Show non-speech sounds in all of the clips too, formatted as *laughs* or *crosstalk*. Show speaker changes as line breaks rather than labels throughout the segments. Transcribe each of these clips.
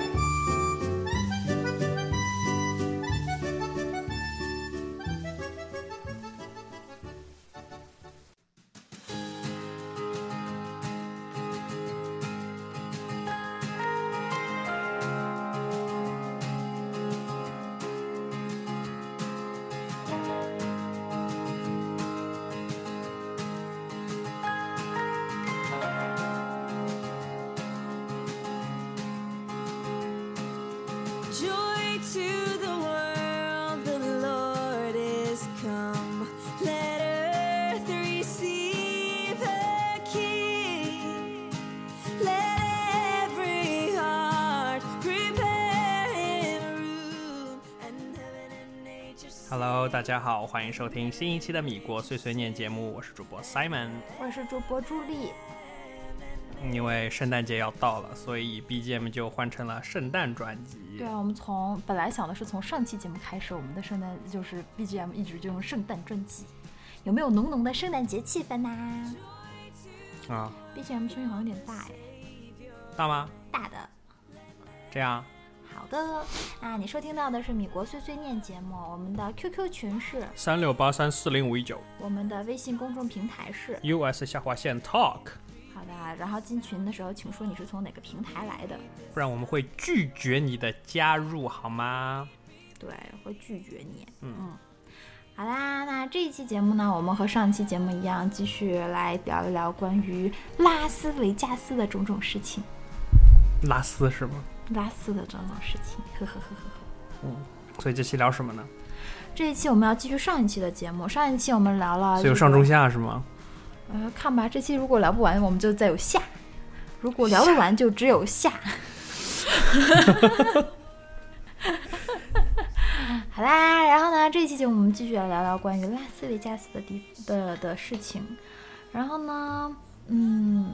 限。
Joy to the world, the Lord is come. Let earth receive her King. Let every heart prepare him room, and heaven and nature.
Hello，大家好，欢迎收听新一期的米国碎碎念节目，我是主播 Simon。
我是主播朱莉，
因为圣诞节要到了，所以 BGM 就换成了圣诞专辑
对。啊，我们从本来想的是从上期节目开始，我们的圣诞就是 BGM 一直就用圣诞专辑，有没有浓浓的圣诞节气氛呐、
啊，
b g m 声音好像有点大哎，
大吗？
大的。
这样，
好的，啊，你收听到的是米国碎碎念节目，我们的 QQ 群是，
三六八三四零五一九
我们的微信公众平台是。
US 下划线 Talk，
好的，然后进群的时候，请说你是从哪个平台来的，
不然我们会拒绝你的加入，好吗？
对，会拒绝你。嗯。好啦，那这一期节目呢，我们和上期节目一样，继续来聊一聊关于拉斯维加斯的种种事情，
拉丝是吗？
拉斯的种种事情，呵呵呵呵呵。
所以这期聊什么呢？
这一期我们要继续上一期的节目，上啊一期我们聊了、
所以有上中下是吗？
呃，看吧，这期如果聊不完，我们就再有下；如果聊得完，就只有下。好啦，然后呢，这一期节目我们继续来聊聊关于拉斯维加斯的地的的事情。然后呢，嗯，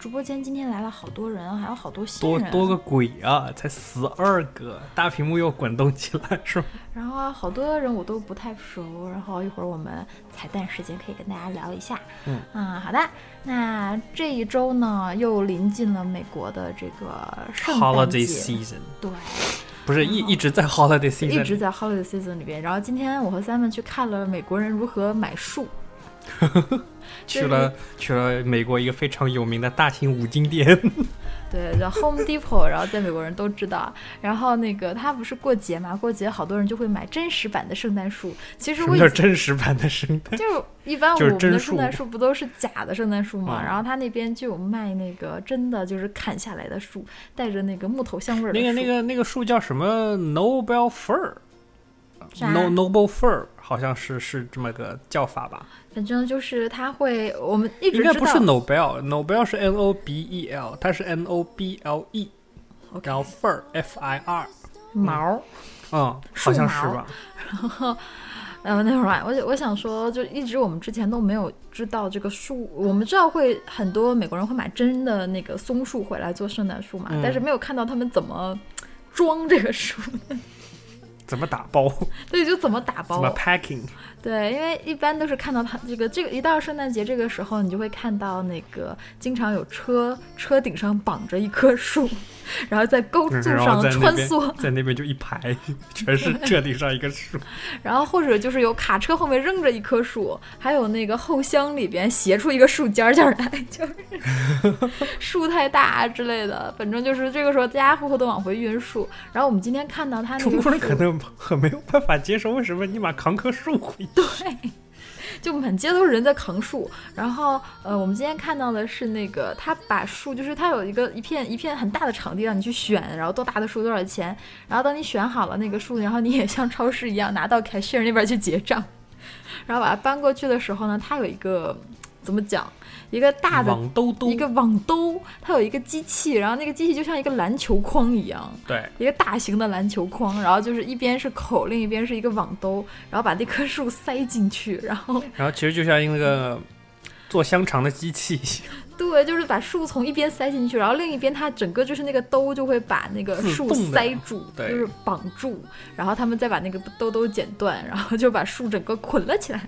直播间今天来了好多人，还有好多新
多
人，啊
多个鬼啊，才十二个，大屏幕又滚动起来是吗？
然后好多人我都不太熟，然后一会儿我们彩蛋时间可以跟大家聊一下。
嗯
啊，好的。那这一周呢，又临近了美国的这个圣诞
Holiday
节，
season
对，
不是一一直在 Holiday
哦一
season，
直在 holiday season 里边。然后今天我和 Simon 去看了美国人如何买树，
去了去了美国一个非常有名的大型五金
*laughs*
店，
对，叫 Home Depot，然后在美国人都知道。然后那个他不是过节嘛，过节好多人就会买真实版的圣诞树。其实
什
我
么
以
叫
前
真实版的圣诞？
*laughs* 就是一般我
就是
们的
真
圣诞树不都是假的圣诞树吗？
嗯
然后他那边就有卖那个真的，就是砍下来的树，带着那个木头香味儿的
*laughs* 那个
树
那个那个树叫什么 Nobel fir，No
啥
Noble fir 好像是是这么个叫法吧？
反正就是他会，我们一直
*laughs* 应
知道
该不是 Nobel，Nobel 是 N O B E L，它是 N O B L E，
OK
然后 fir F I R，
毛儿。
嗯，好像是
树毛
吧？
然呃后那会儿我就我想说，就一直我们之前都没有知道这个树，我们知道会很多美国人会买真的那个松树回来做圣诞树嘛，
嗯
但是没有看到他们怎么装这个树， *laughs*
怎么打包？
对，就怎么打包
怎。么 packing？
对，因为一般都是看到它这个这个一到圣诞节这个时候，你就会看到那个经常有车车顶上绑着一棵树，然后在高速
嗯然后
上
在那
穿
边
梭，
在那边就一排，全是这顶上一个
*laughs*
树，
然后或者就是有卡车后面扔着一棵树，还有那个后箱里边斜出一个树尖儿尖儿来， *laughs* 就是 *laughs* 树太大啊之类的，反正就是这个时候家家户户都往回运树。然后我们今天看到他那
中
个
国
树
人可能很没有办法接受，为什么你把扛棵树回去？
就满街都是人在扛树，然后呃，我们今天看到的是那个他把树，就是他有一个一片一片很大的场地让你去选，然后多大的树多少钱，然后当你选好了那个树，然后你也像超市一样拿到 cashier 那边去结账， *laughs* 然后把它搬过去的时候呢，它有一个怎么讲，一个大的
网兜兜
一个网兜，它有一个机器，然后那个机器就像一个篮球框一样，
对，
一个大型的篮球框，然后就是一边是口，另一边是一个网兜，然后把那棵树塞进去，然后。
然后其实就像一个做香肠的机器，
对，就是把树从一边塞进去，然后另一边它整个就是那个兜就会把那个
自
树
动的
塞住，就
对
是绑住，然后他们再把那个兜兜剪断，然后就把树整个捆了起来，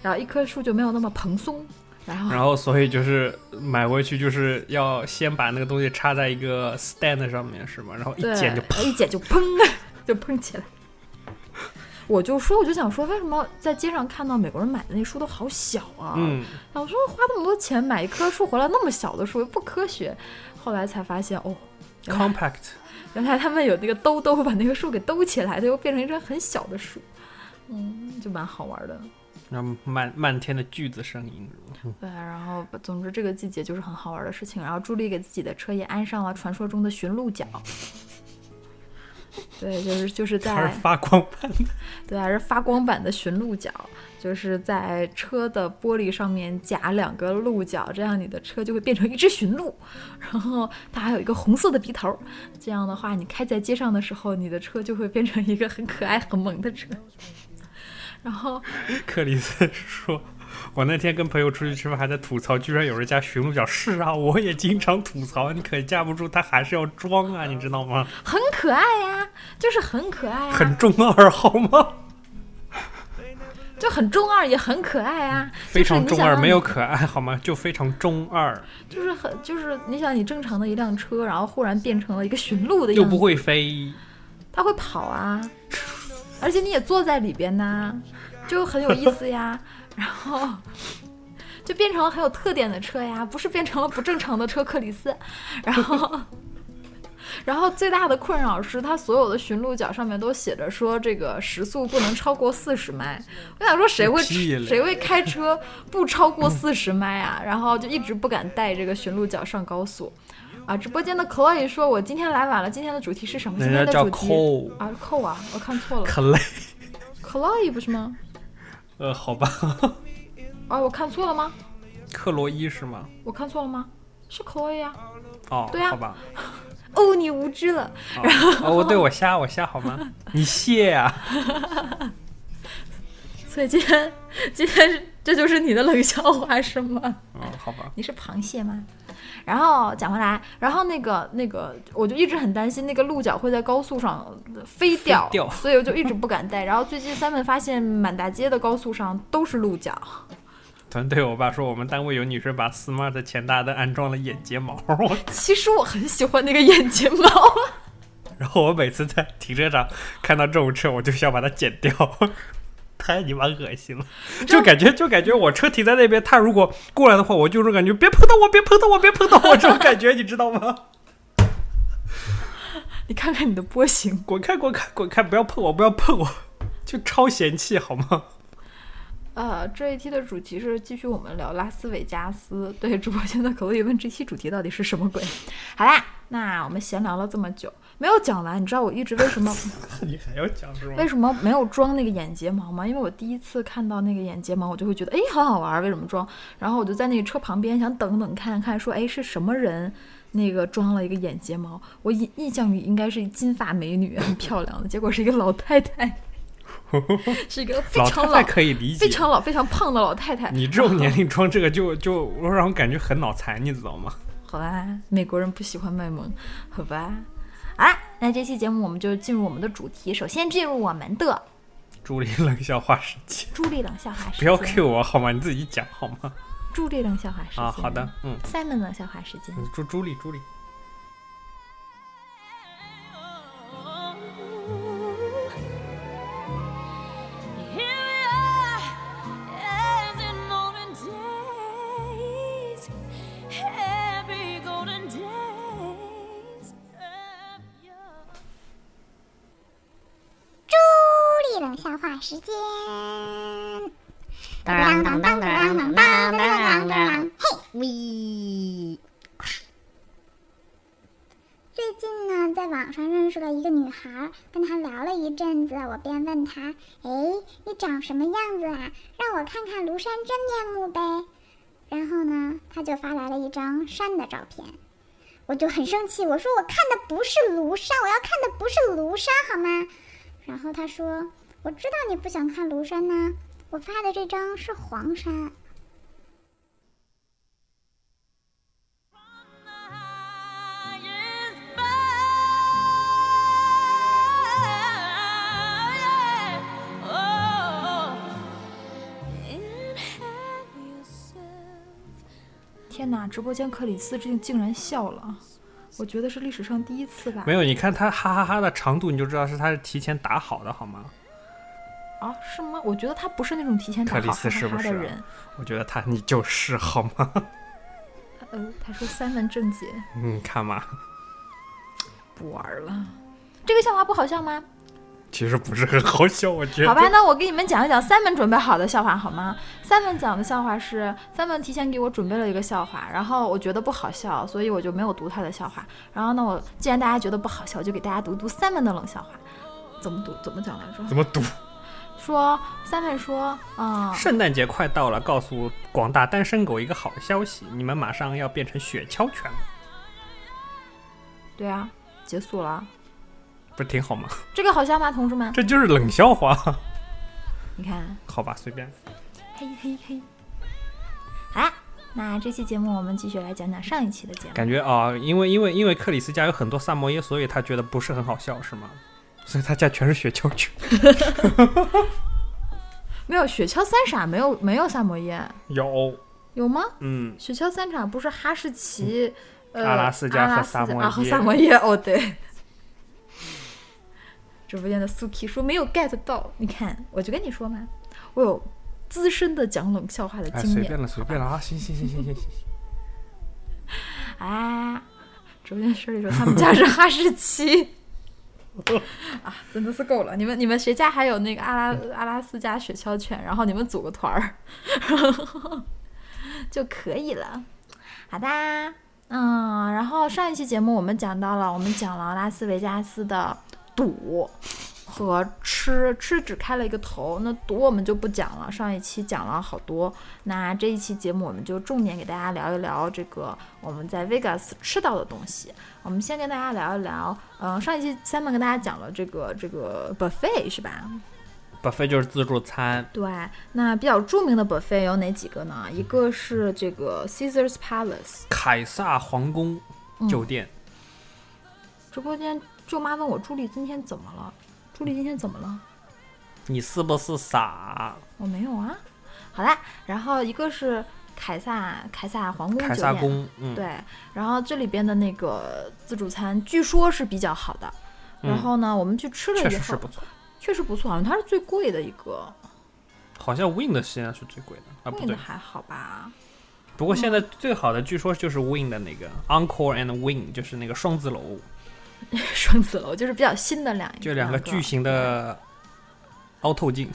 然后一棵树就没有那么蓬松，然后
然后所以就是买回去就是要先把那个东西插在一个 stand 上面是吗？然后一
对，哎
剪就啪，
一剪就砰，啊就砰起来。我就说，我就想说，为什么在街上看到美国人买的那树都好小啊？
嗯，
然后我说花那么多钱买一棵树回来那么小的树不科学，后来才发现哦，原来
compact，
原来他们有那个兜兜把那个树给兜起来，它又变成一棵很小的树，嗯，就蛮好玩的。
然后漫漫天的锯子声音，
对，然后总之这个季节就是很好玩的事情。然后朱莉给自己的车也安上了传说中的驯鹿角， *laughs* 对，就是就是在
还是发光板，
对，还是发光版的寻鹿角，就是在车的玻璃上面夹两个鹿角，这样你的车就会变成一只驯鹿。然后它还有一个红色的鼻头，这样的话，你开在街上的时候，你的车就会变成一个很可爱、很萌的车。然后
*laughs* 克里斯说：“我那天跟朋友出去吃饭，还在吐槽，居然有人家驯鹿角。是啊，我也经常吐槽，你可架不住他还是要装啊，你知道吗？
很可爱呀、就是很可爱呀、
很中二好吗？
就很中二，也很可爱啊，
嗯非常中二，没有
可。
可爱好吗？就非常中二，
就是很就是你想你正常的一辆车，然后忽然变成了一个驯鹿的样
又
子，
不会飞，
它会跑啊，而且你也坐在里边呐，就很有意思呀。 *laughs* 然后就变成了很有特点的车呀，不是变成了不正常的车克里斯。 *laughs* 然后，然后最大的困扰是，它所有的驯鹿角上面都写着说这个时速不能超过四十迈。我想说谁会
屁嘞
*laughs* 谁会开车不超过四十迈啊？然后就一直不敢带这个驯鹿角上高速。啊！直播间的 Chloe 说：“我今天来晚了，今天的主题是什么？今
人
天
家
的
叫
主题
Cole
啊，Cole 啊，我看错了
可累。
，Chloe 不是吗？
呃，好吧， *laughs*
啊，我看错了吗？
克洛伊是吗？
我看错了吗？是 Chloe 啊。”
哦，
对啊
好吧。
哦，你无知了。
哦，哦我对我瞎，我瞎好
*laughs*
吗？你谢啊！
所以今天，今天这就是你的冷笑话是吗？
哦，好吧，
你是螃蟹吗？然后讲回来，然后那个那个，我就一直很担心那个鹿角会在高速上飞掉，
飞掉
所以我就一直不敢戴。然后最近三本发现满大街的高速上都是鹿角，
团队我爸说我们单位有女生把 smart 前大灯安装了眼睫毛， *laughs* 我
其实我很喜欢那个眼睫毛，
然后我每次在停车场看到这种车，我就想把它剪掉， *laughs* 太你妈恶心了！
知道
就感觉就感觉我车停在那边，他如果过来的话，我就是感觉别碰到我，别碰到我，别碰到我这种感觉，你知道吗？
你看看你的波形。
滚开，滚开，滚开！不要碰我，不要碰我，就超嫌弃好吗？ *laughs*
呃，这一期的主题是继续我们聊拉斯维加斯。对，直播间的口语问这期主题到底是什么鬼？好啦，那我们闲聊了这么久，没有讲完。你知道我一直为什 *laughs* 么
你还要讲是吗
为？什么没有装那个眼睫毛吗？因为我第一次看到那个眼睫毛，我就会觉得哎很好玩，为什么装？然后我就在那个车旁边想等等看看，说哎是什么人那个装了一个眼睫毛？我印印象里应该是金发美女，很漂亮的，结果是一个老太太，是一个非
*laughs* 老
常
太
老
太可以理解
非，常老、非常胖的老太太。
你这种年龄装这个就就让我感觉很脑残，你知道吗？
好吧，美国人不喜欢卖萌，好吧。好啦，那这期节目我们就进入我们的主题，首先进入我们的
朱莉冷笑话时间，
朱莉冷笑话
不
时间。
要 Q 我好吗？你自己讲好吗？
朱莉冷笑话时间。
啊，好的。，嗯，
Simon 冷笑话时间。
朱朱莉朱莉。
朱莉冷笑话时间。当当当当当当当当当当，嘿喂！最近呢，在网上认识了一个女孩儿，跟她聊了一阵子，我便问她：“哎，你长什么样子啊？让我看看庐山真面目呗。”然后呢，她就发来了一张山的照片。我就很生气，我说我看的不是庐山，我要看的不是庐山，好吗？然后他说：“我知道你不想看庐山呐、我发的这张是黄山。”
Oh,
天哪，直播间克里斯竟竟然笑了，我觉得是历史上第一次吧
没。有，你看他哈哈哈的长度，你就知道是他是提前打好的，好吗？
啊，是吗？我觉得他不是那种提前打
克里
好
斯
哈
是
哈
不
哈
是
的
啊
人。
我觉得他你就是好吗？ *laughs*
呃，他说三文正解，
你看嘛，
不玩了。这个笑话不好笑吗？
其实不是很好笑，我觉得。
好吧，那我给你们讲一讲三文准备好的笑话好吗？三文讲的笑话是三文提前给我准备了一个笑话，然后我觉得不好笑，所以我就没有读他的笑话。然后呢，我既然大家觉得不好笑，我就给大家读读三文的冷笑话。怎么读？怎么讲来着？
怎么读？
说三文说，嗯，
圣诞节快到了，告诉广大单身狗一个好消息，你们马上要变成雪橇犬了，
对啊，结束了。
不是挺好吗？ *laughs*
这个好笑吗，同志们？
这就是冷笑话，
你看，
好吧，随便。
嘿嘿嘿。好啦，那这期节目我们继续来讲讲上一期的节目。
感觉啊、因为因为因为克里斯家有很多萨摩耶，所以他觉得不是很好笑，是吗？所以他家全是雪橇犬。
没有雪橇三傻，没有没有萨摩耶，
有，
有吗？
嗯，
雪橇三傻不是哈士奇、呃、
阿拉斯加和
阿拉斯
萨摩耶
啊和萨摩耶哦，对。直播间的苏 k 说没有 get 到，你看，我就跟你说嘛，我有资深的讲冷笑话的
哎，
经
随
验
便了，随便了啊！行行行行行行，
啊。直播间室里说他们家是哈士奇， *laughs* 啊，真的是够了！你们你们谁家还有那个阿拉阿拉斯加雪橇犬？然后你们组个团儿 *laughs* 就可以了。好的，嗯，然后上一期节目我们讲到了，我们讲了拉斯维加斯的赌和吃，吃只开了一个头，那赌我们就不讲了，上一期讲了好多。那这一期节目我们就重点给大家聊一聊这个我们在 Vegas 吃到的东西。我们先跟大家聊一聊，嗯、上一期 Simon 跟大家讲了这个这个 buffet 是吧？
巴菲就是自助餐，
对，那比较著名的 buffet 有哪几个呢？一个是这个 Caesar's Palace，
凯撒皇宫
嗯
酒店。
直播间舅妈问我朱莉今天怎么了？朱莉今天怎么了？
你是不是傻？
我没有啊。好啦，然后一个是凯撒凯撒皇宫
凯
酒
撒
店，
宫，嗯，
对，然后这里边的那个自助餐据说是比较好的。然
嗯
后呢，我们去吃了以
确
后，
实是不错。
确实不错，好像它是最贵的一个，
好像 Win 的现在是最贵的啊，不
贵的
对，
还好吧？
不过现在最好的据说就是 Win 的那个 Encore and Win，就是那个双子楼，
双子楼就是比较新嗯的两
就两个巨型的凹透镜，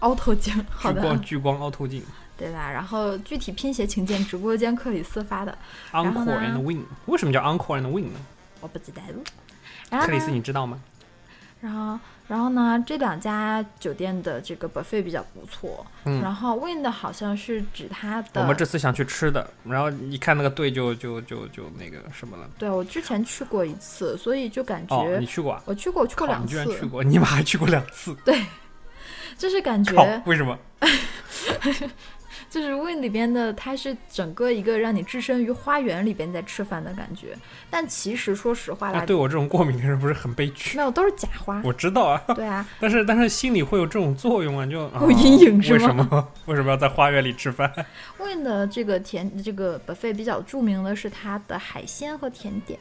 凹透镜，好
聚光
的，
聚光凹透镜
对吧？然后具体拼写请见直播间克里斯发的，然后呢
，Encore and Win，为什么叫 Encore and Win 呢？
我不知道。然后
克里斯，
呢？
你知道吗？
然后然后呢？这两家酒店的这个 buffet 比较不错，
嗯
然后 Win 的好像是指它的，
我们这次想去吃的，然后一看那个队就就就就那个什么了。
对我之前去过一次，所以就感
哦，
觉
你去过啊？
我去过，我去过
靠
两
你居
次
然，去过，你们还去过两
*laughs*
次？
就是感
靠
觉，
为什么？
就是 Win 里边的，它是整个一个让你置身于花园里边在吃饭的感觉。但其实说实话
啊，
啦，
对我这种过敏的人不是很悲剧？
没有都是假花。
我知道啊，
对啊，
但是但是心里会有这种作用啊，就啊
有阴影是吗
为什么 *laughs* 为什么要在花园里吃饭？
Win 的这个甜这个 buffet 比较著名的是它的海鲜和甜点，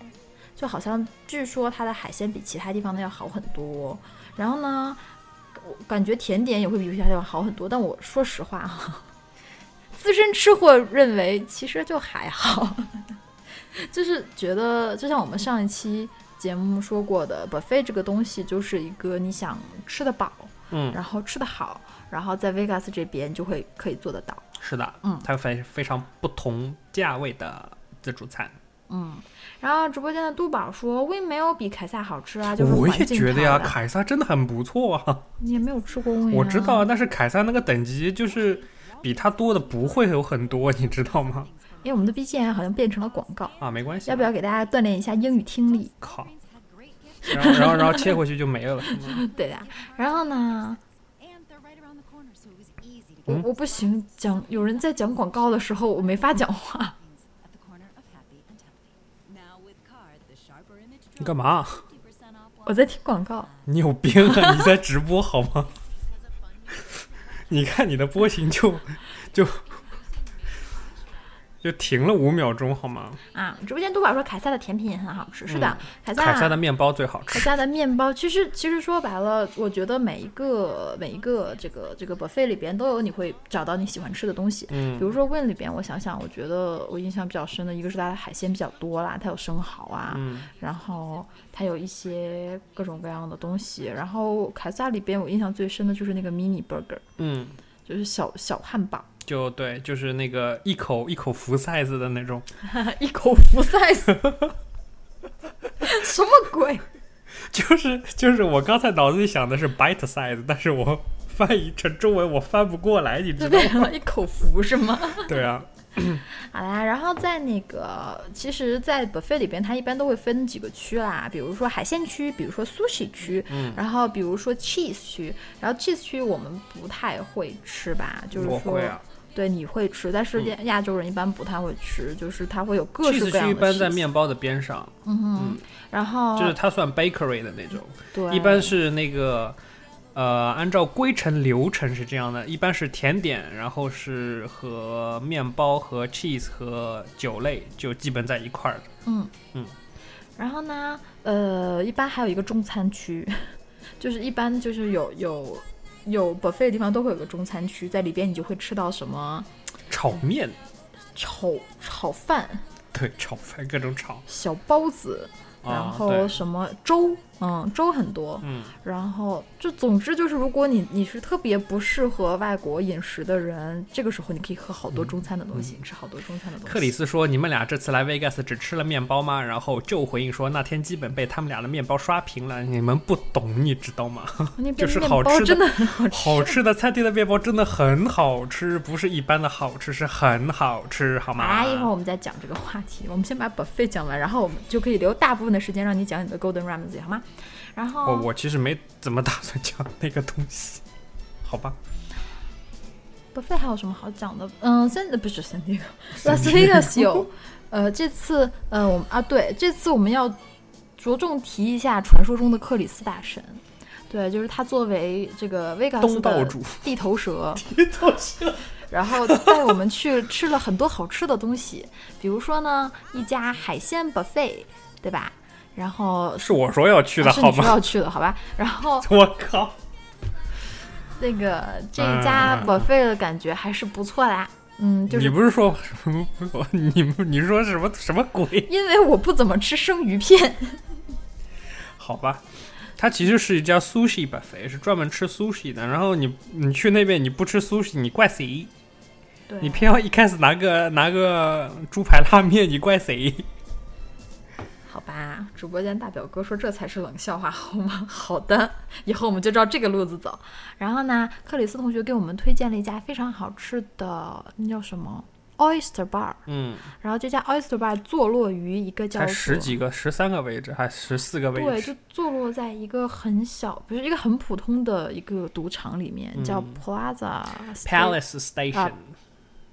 就好像据说它的海鲜比其他地方的要好很多。然后呢，我感觉甜点也会比其他地方好很多。但我说实话啊， *laughs* 资深吃货认为其实就还好， *laughs* 就是觉得就像我们上一期节目说过的，buffet 这个东西就是一个你想吃得饱，
嗯
然后吃得好，然后在 Vegas 这边就会可以做得到。
是的，
嗯
它有非非常不同价位的自助餐。
然后直播间的杜宝说，Win 没有比凯撒好吃啊，就是
我
环
也
境
觉得呀，
漂亮
凯撒真的很不错啊，
你也没有吃过 Win，、
我知道，啊，，但是凯撒那个等级就是比它多的不会有很多，你知道吗？
因为我们的 BGM 好像变成了广告，
啊，没关系，
要不要给大家锻炼一下英语听力？
靠？然后然后然后切回去就没了， *laughs* 是吗
对的。然后呢，
And they're right around the corner, so it was easy to
我
嗯
get
我不行，讲有人在讲广告的时候，我没法讲话。
things at the corner of Happy and Healthy. Now with card, the sharper image
你干嘛？
50% off
我在听广告，
你有病啊！你在直播好吗？ *laughs* 你看你的波形就就，就停了五秒钟好吗？
啊！直播间督宝说凯撒的甜品也很好吃，是的，凯撒
嗯凯撒的面包最好
凯
吃，
撒的面包，其实其实说白了，我觉得每一个每一个这个这个 buffet 里边都有你会找到你喜欢吃的东西。
嗯
比如说 Win 里边，我想想，我觉得我印象比较深的一个是它的海鲜比较多啦，它有生蚝啊，
嗯，
然后它有一些各种各样的东西。然后凯撒里边，我印象最深的就是那个 mini burger，
嗯，
就是小小
*laughs*
汉堡，
就对，就是那个一口一口福赛子的那种，
一口福赛斯， *laughs* 什么鬼？
*laughs* 就是就是我刚才脑子里想的是 bite size，但是我翻译成中文我翻不过来，你知
就 *laughs*
道
变成
吗？
了一口福是吗？
对啊，
好啦，然后在那个，其实，在 buffet 里边，它一般都会分几个区啦，比如说海鲜区，比如说 sushi 区，
嗯
然后比如说 cheese 区，然后 cheese 区我们不太会吃吧，就是
我
说，
会啊。嗯
对，你会吃，但是亚亚洲人一般不太会吃，就是它会有各式
cheese
各样
区一
的
般
cheese
在，面包的边上，
然后
就是它算 bakery 的那种，
对，
一般是那个。呃，按照规程流程是这样的，一般是甜点，然后是和面包和 cheese 和酒类就基本在一块儿的。
然后呢，呃，一般还有一个中餐区， *laughs* 就是一般就是有有有 buffet 的地方都会有个中餐区，在里边你就会吃到什么
炒面，
炒炒饭。
对，炒饭各种炒，
小包子，
啊
然
对
后什么粥，嗯，粥很多，
嗯，
然后就总之就是，如果你你是特别不适合外国饮食的人，这个时候你可以喝好多中餐的东西，吃好多中餐的东
嗯
西。
克里斯说：“你们俩这次来 Vegas 只吃了面包吗？”然后就回应说：“那天基本被他们俩的面包刷屏了，你们不懂，你知道吗？ *laughs*
那边
就是
面
好
包
吃的
真的很好吃，
好吃的餐厅的面包真的很好吃，不是一般的好吃，是很好吃，好吗？”
啊，一会儿我们再讲这个话题。我们先把 buffet 讲完，然后我们就可以留大部分的时间让你讲你的 Golden Ramsy 好吗？然后
哦我我其实没怎么打算讲那个东西，好吧？
buffet 还有什么好讲的？嗯，现在不是 San Diego，Las Vegas 有。呃，这次呃，我们啊，对，这次我们要着重提一下传说中的克里斯大神。对，就是他作为这个 Vegas
东道
啊的
主
*laughs* 地头蛇，然后带我们去吃了很多好吃的东西，比如说呢，一家海鲜 buffet，对吧？然后
是我说要去的，
啊是你
好
说
吗？
要去的，好吧？然后
*laughs* 我靠！
那个这一家
嗯
buffet 的感觉还是不错啦，嗯，就是
你不是说我 *laughs* 你你说什么什么鬼？
因为我不怎么吃生鱼片。
好吧，它其实是一家 sushi buffet，是专门吃 sushi 的。然后你你去那边你不吃 sushi，你怪谁？
对
你偏要一开始拿个拿个猪排拉面，你怪谁？
好吧，主播间大表哥说这才是冷笑话好吗？ *laughs* 好的，以后我们就照这个路子走。然后呢，克里斯同学给我们推荐了一家非常好吃的，那叫什么 oyster bar。
嗯，
然后这家 oyster bar 坐落于一个叫
才
做
十几个、十三个位置，还十四个
对，
位
就
置。
坐落在一个很小，不是一个很普通的一个赌场里
嗯
面，叫 Plaza State-
Palace Station，、
啊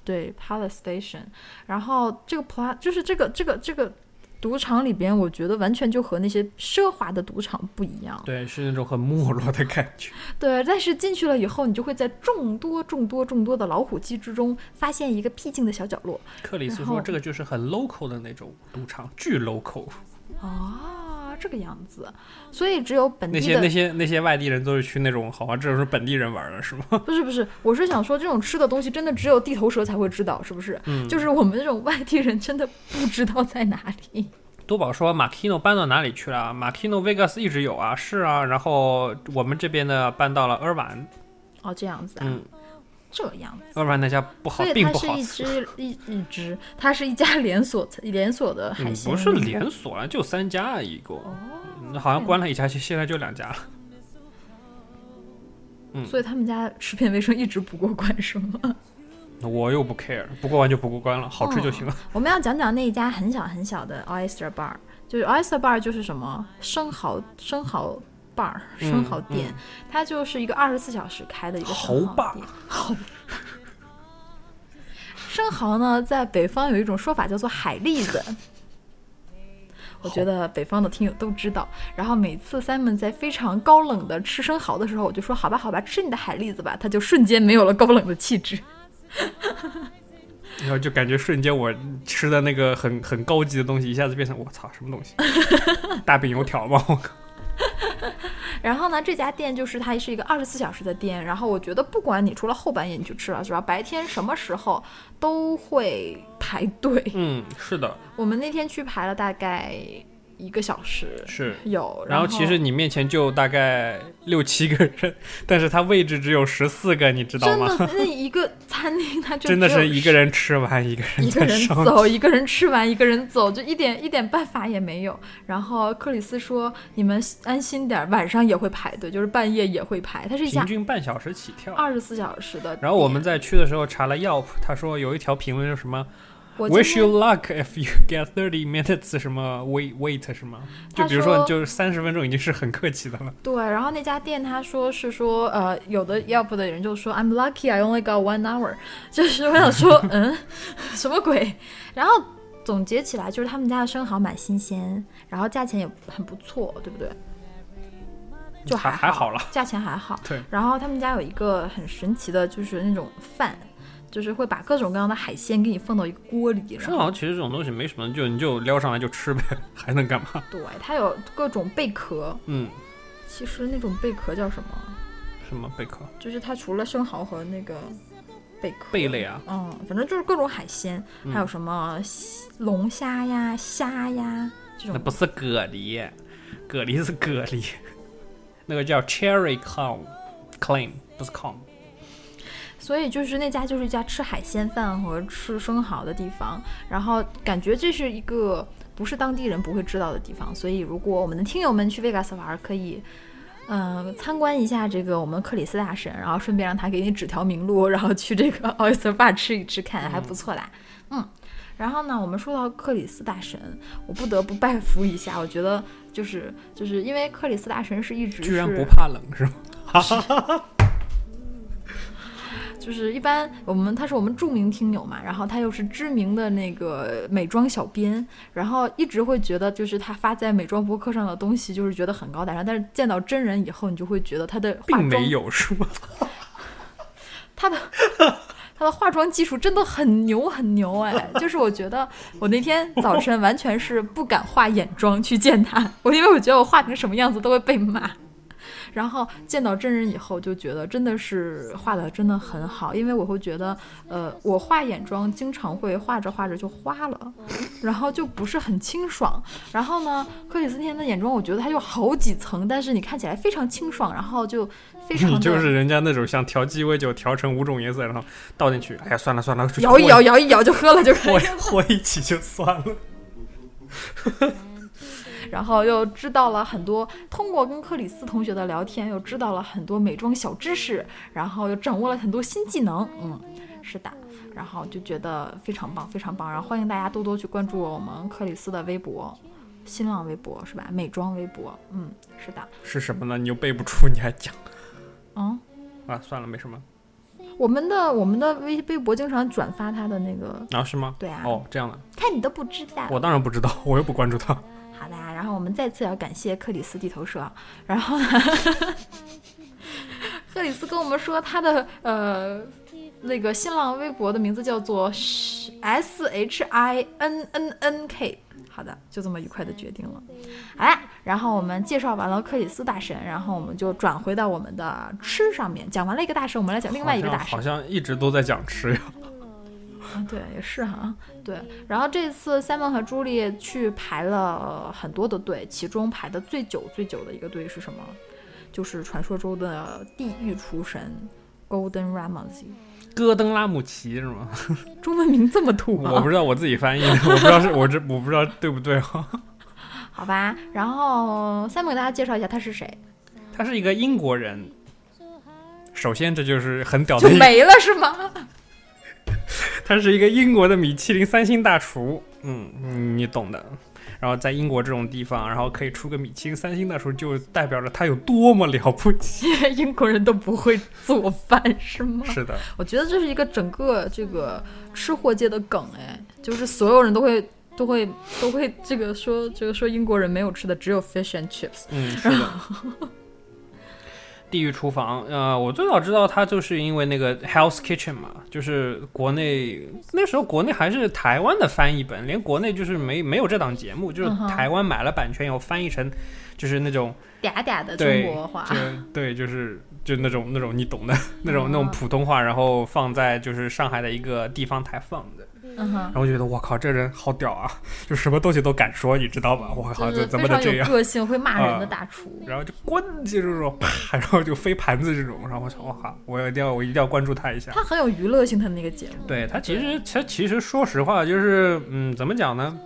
对 Palace Station，然后这个 Pla 就是这个这个这个赌场里边，我觉得完全就和那些奢华的赌场不一样。
对，是那种很没落的感觉。
对，但是进去了以后，你就会在众多众多众多的老虎机之中，发现一个僻静的小角落。
克里斯
然
说
后
这个就是很 local 的那种赌场，巨 local。
啊，这个样子，所以只有本
那
地
些那
的
些那些外地人都是去那种，好像这种是本地人玩的是吗？
不是不是，我是想说，这种吃的东西真的只有地头蛇才会知道，是不是？
嗯
就是我们这种外地人真的不知道在哪里。
多宝说马 k i n o 搬到哪里去了？啊马 k i n o Vegas 一直有啊，是啊。然后我们这边呢搬到了厄尔湾，
哦，这样子啊，
嗯，
这样子。
厄尔湾那家不好
所，以
并
它
不
是
好
一
吃。
只一一只，它是一家 *laughs* 连锁连锁的海
嗯，
鲜，哦
不是连锁了，就三家啊一共，嗯好像关了一家，现现在就两家了。
所以他们家食品卫生一直不过关， *laughs* 是吗？
我又不 care，不过关就不过关了，好吃就行了。
我们要讲讲那一家很小很小的 oyster bar，就是 oyster bar 就是什么生蚝生蚝 bar
嗯
生蚝店，它就是一个二十四小时开
*laughs*
的一个生
蚝 bar
蚝店。蚝。生蚝呢，在北方有一种说法叫做海蛎
*laughs*
子。我觉得北方的听友都知道。然后每次 Simon 在非常高冷的吃生蚝的时候，我就说好吧，好吧，吃你的海蛎子吧，他就瞬间没有了高冷的气质。
然后就感觉瞬间我吃的那个很很高级的东西，一下子变成我操什么东
*laughs*
西，大饼油条吗？我靠！
然后呢，这家店就是它是一个二十四小时的店，然后我觉得不管你除了后半夜你去吃了，主要白天什么时候都会排队。
嗯，是的，
我们那天去排了大概一个小时，
是。
有。
然后其实你面前就大概六七个人，但是它位置只有十四个，你知道
真
吗？
的那一个餐厅，它
*laughs*
就
真的
只有
是一个人吃完，一个人
一个
在
人
上。
走，一个人吃完，一个人走，就一点一点办法也没有。然后克里斯说：“你们安心点儿，晚上也会排队，就是半夜也会排。它是一
平
家
均半小时起跳。
二十四小时的。”
然后我们在去的时候查了 Yelp，他说有一条评论是什么
我今
“Wish
天
you luck if you get thirty minutes” 什么 “wait wait” 什么，就
他
比如说
说
你就是三十分钟已经是很客气的了。
对，然后那家店他说是说，呃，有的 Yelp 的人就说 I'm lucky I only got one hour，就是 *laughs* 我想说，嗯， *laughs* 什么鬼？然后总结起来就是他们家的生蚝蛮新鲜，然后价钱也很不错，对不对？就
还
还
还好了，
价钱还好。
对
然后他们家有一个很神奇的，就是那种饭，就是会把各种各样的海鲜给你放到一个锅里，然
生
后
蚝其实这种东西没什么，就你就撩上来就吃呗，还能干嘛？
对，它有各种贝壳，
嗯，
其实那种贝壳叫什么？
什么贝壳、
就是它除了生蚝和那个贝壳，
贝类啊，嗯
嗯，反正就是各种海鲜，还有什么西龙虾呀、虾呀这种。
那不是蛤蜊，蛤蜊是蛤蜊，那个叫 cherry clam clam 不是 clam。
所以就是那家就是一家吃海鲜饭和吃生蚝的地方，然后感觉这是一个不是当地人不会知道的地方，所以如果我们的听友们去维加斯玩儿，可以。嗯，参观一下这个我们克里斯大神，然后顺便让他给你指条明路，然后去这个 oyster bar 吃一吃看，还不错的。嗯，然后呢，我们说到克里斯大神，我不得不拜服一下，我觉得就是就是因为克里斯大神是一直
居然
是
不怕冷是吗？
就是一般我们他是我们著名听友嘛，然后他又是知名的那个美妆小编，然后一直会觉得就是他发在美妆博客上的东西就是觉得很高大上，但是见到真人以后，你就会觉得他的化
并
妆
没有是吗？
他的 *laughs* 他的化妆技术真的很牛很牛哎，就是我觉得我那天早晨完全是不敢化眼妆去见他，我因为我觉得我化成什么样子都会被骂。然后见到真人以后，就觉得真的是画的真的很好，因为我会觉得，呃，我画眼妆经常会画着画着就花了，然后就不是很清爽。然后呢，克里斯汀的眼妆，我觉得它有好几层，但是你看起来非常清爽，然后就非常
你 *laughs* 嗯
的
就是人家那种想调鸡尾酒调成五种颜色，然后倒进去，哎呀算了算了，就
摇一
和
摇，摇一摇就喝了就可以
和
了。
和一起就算了。
然后又知道了很多，通过跟克里斯同学的聊天，又知道了很多美妆小知识，然后又掌握了很多新技能。嗯，是的，然后就觉得非常棒，非常棒。然后欢迎大家多多去关注我们克里斯的微博。新浪微博是吧？美妆微博，嗯，是的，
是什么呢？你又背不出，你还讲
嗯，
*laughs* 啊？算了，没什么。
我们的我们的微微博经常转发他的那个，
然、后是吗？
对啊
哦，这样的，
看你都不知道，
我当然不知道， *laughs* 我又不关注他。
好的，然后我们再次要感谢克里斯地头蛇，然后呢， *laughs* 克里斯跟我们说他的呃那个新浪微博的名字叫做 S H I N N N K。好的，就这么愉快的决定了。好啦，然后我们介绍完了克里斯大神，然后我们就转回到我们的吃上面，讲完了一个大神，我们来讲另外一个
好
大
像
神
好。像一直都在讲吃呀。
啊， *laughs* 对，也是哈，对。然后这次 Simon 和朱莉去排了很多的队，其中排的最久最久的一个队是什么？就是传说中的地狱厨神 Golden Ramsy。
戈登拉姆齐是吗？
中文名这么土吗？
我不知道我自己翻译的， *laughs* 我不知道是我这我不知道对不对啊。
好吧。然后 Simon 给大家介绍一下他是谁，
他是一个英国人。首先，这就是很屌
就
的一个
没了是吗？
*laughs*
*laughs*
他是一个英国的米其林三星大厨，嗯，你懂的。然后在英国这种地方，然后可以出个米其林三星大厨，就代表着他有多么了不
*laughs*
起。
英国人都不会做饭是吗？
是的，
我觉得这是一个整个这个吃货界的梗，哎，就是所有人都会都会都会这个 *laughs* 说这个说英国人没有吃的只有 fish and chips，
嗯，是的。地狱厨房》呃，我最早知道它就是因为那个《Hell's Kitchen》嘛，就是国内那时候国内还是台湾的翻译本，连国内就是没没有这档节目，就是
嗯哼
台湾买了版权以后翻译成就是那种
嗲嗲的
对
中国话
就，对，就是就那种那种你懂的那种那
哦
种普通话，然后放在就是上海的一个地方台放的。
嗯哼
然，后我觉得我靠，这人好屌啊！就什么东西都敢说，你知道吧？我靠，
就
怎
是
怎
非
么能
常
这
有
样？
个性、会骂人
啊
的大厨。
然后就滚，就是这种啪，然后就飞盘子这种。然后我想，我靠，我一定要我一定要关注他一下。
他很有娱乐性，他的那个节目，
对他其实其实其实说实话，就是嗯，怎么讲呢？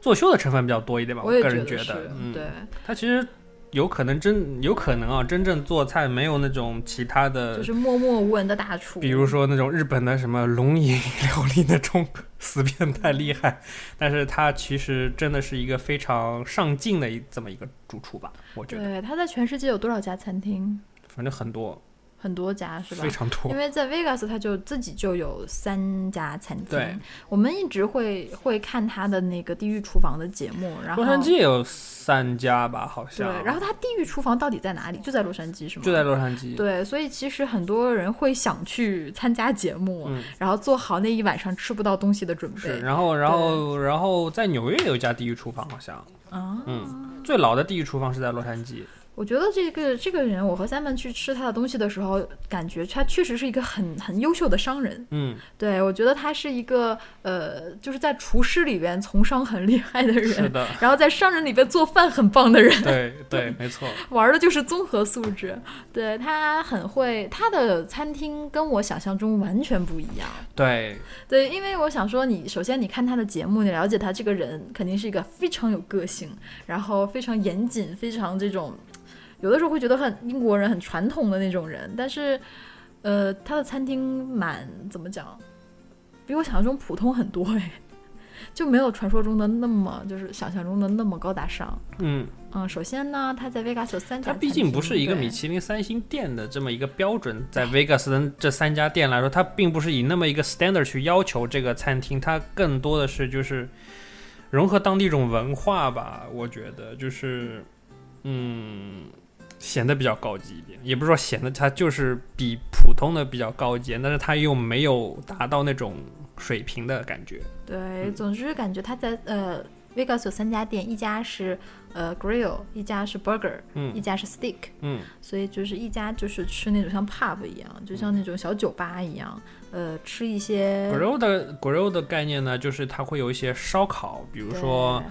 作秀的成分比较多一点吧，
我也
个人觉
得是，
嗯，
对，
他其实有可能真有可能啊，真正做菜没有那种其他的
就是默默无闻的大厨。
比如说那种日本的什么龙吟料理那种死变态厉害，但是他其实真的是一个非常上进的一这么一个主厨吧，我觉得，
对，他在全世界有多少家餐厅？
反正很多，
很多家是吧
非？常多
因。为在 Vegas，他就自己就有三家餐
对
厅。我们一直会会看他的那个《地狱厨房》的节目，然后
洛杉矶也有三家吧，好
对
像，，
然后他《地狱厨房》到底在哪里？就在洛杉矶是吗？
就在洛杉矶，
对，所以其实很多人会想去参加节目，
嗯
然后做好那一晚上吃不到东西的准
是，
备
然后然后然后在纽约也有一家地狱厨房，好像，
啊。
嗯，最老的地狱厨房是在洛杉矶，
我觉得这个这个人，我和 Simon 去吃他的东西的时候，感觉他确实是一个很很优秀的商人。
嗯，
对我觉得他是一个呃，就是在厨师里边从商很厉害的
是
人，
的，
然后在商人里边做饭很棒的人。
对对，没错，
玩的就是综合素质，对他很会，他的餐厅跟我想象中完全不一样。
对，
对，因为我想说你，首先你看他的节目，你了解他这个人，肯定是一个非常有个性，然后非常严谨，非常这种，有的时候会觉得很英国人很传统的那种人，但是，呃，他的餐厅蛮怎么讲，比我想象中普通很多哎，就没有传说中的那么就是想象中的那么高大上。
嗯，
嗯，首先呢，他在 Vegas 有三家
它
餐厅，
毕竟不是一个
对
米其林三星店的这么一个标准，在 Vegas 的这三家店来说，它并不是以那么一个 standard 去要求这个餐厅，它更多的是就是融合当地一种文化吧。我觉得就是，嗯，显得比较高级一点，也不是说显得它就是比普通的比较高级，但是它又没有达到那种水平的感觉。
对，
嗯
总之感觉他在呃 Vegas 有三家店，一家是呃 grill，一家是 burger，、一
嗯
家是 steak，
嗯，
所以就是一家就是吃那种像 pub 一样，就
嗯
像那种小酒吧一样，呃，吃一些
grill 的 grill 的概念呢，就是它会有一些烧烤，比如
对
说。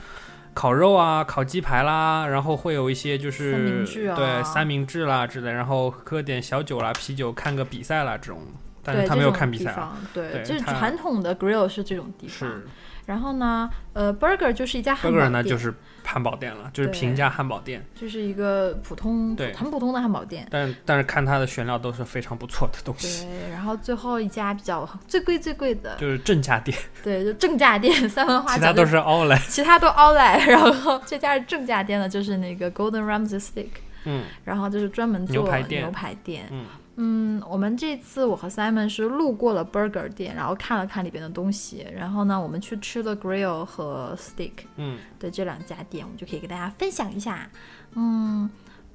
烤肉啊，烤鸡排啦，然后会有一些就
三明
是
治啊
对三明治啦之类，然后喝点小酒啦、啤酒，看个比赛啦这种，但
对
是他
这
没有
种
看比
地
赛啊，
方，对，
对
就是
他
传统的 grill 是这种地方。
是
然后呢，呃，burger 就是一家汉堡
burger
店，
呢就是汉堡店了，就是
对
平价汉堡店，
就是一个普通
对
很普通的汉堡店。
但但是看它的选料都是非常不错的东西，
对，然后最后一家比较最贵最贵的，
就是正价店，
对，就正价店 *laughs* 三文花
其
甲
他
就
都是 o u l e
其他都 outlet，然 *laughs* 后这家是正价店的，就是那个 Golden Ramsy Steak，
嗯，
然后就是专门
牛
做
排店
牛排店
嗯
嗯我们这次我和 Simon 是路过了 burger 店，然后看了看里边的东西，然后呢，我们去吃了 grill 和 steak，
嗯，
对这两家店，我们就可以给大家分享一下。嗯，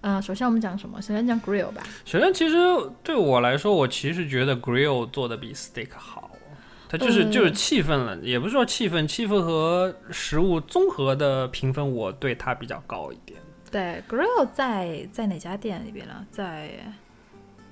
呃，首先我们讲什么？首先讲 grill 吧。
首先其实对我来说，我其实觉得 grill 做的比 steak 好。它就是
嗯
就是气氛了，也不是说气氛，气氛和食物综合的评分，我对它比较高一点。
对，grill 在在哪家店里边呢？在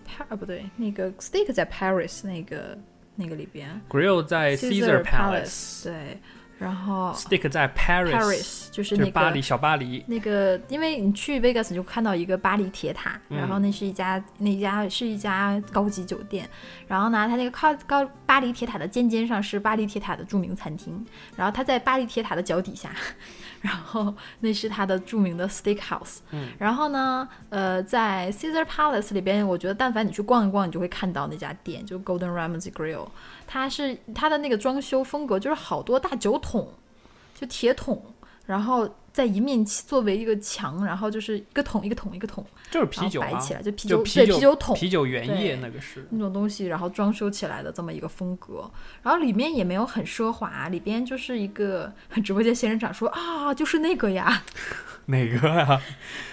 Par 啊不对，那个 steak 在 Paris 那个那个里边。
Grill 在哎 Caesar
Caesar Palace，
Palace，
对，然后
Stick 在 Paris，,
Paris 就是
就
那
是
个
巴黎小巴黎。
那个，因为你去 Vegas 你就看到一个巴黎铁塔，
嗯
然后那是一家那一家是一家高级酒店，然后呢，它那个靠高巴黎铁塔的尖尖上是巴黎铁塔的著名餐厅，然后它在巴黎铁塔的脚底下， *laughs* 然后那是它的著名的 steakhouse，、
嗯
然后呢，呃，在 Caesar Palace 里边，我觉得但凡你去逛一逛，你就会看到那家店，就是 Golden Ramsy Grill，它是它的那个装修风格就是好多大酒桶，就铁桶。然后在一面墙作为一个墙，然后就是一个桶一个桶一个桶，
就是
然
啤
后
酒
摆
嘛，
起来，就啤
就
酒
啤
对啤酒桶
啤酒原液
对
那个是，
那种东西，然后装修起来的这么一个风格，然后里面也没有很奢华，里边就是一个直播间仙人掌说啊，就是那个
*laughs*
呀。
哪个啊？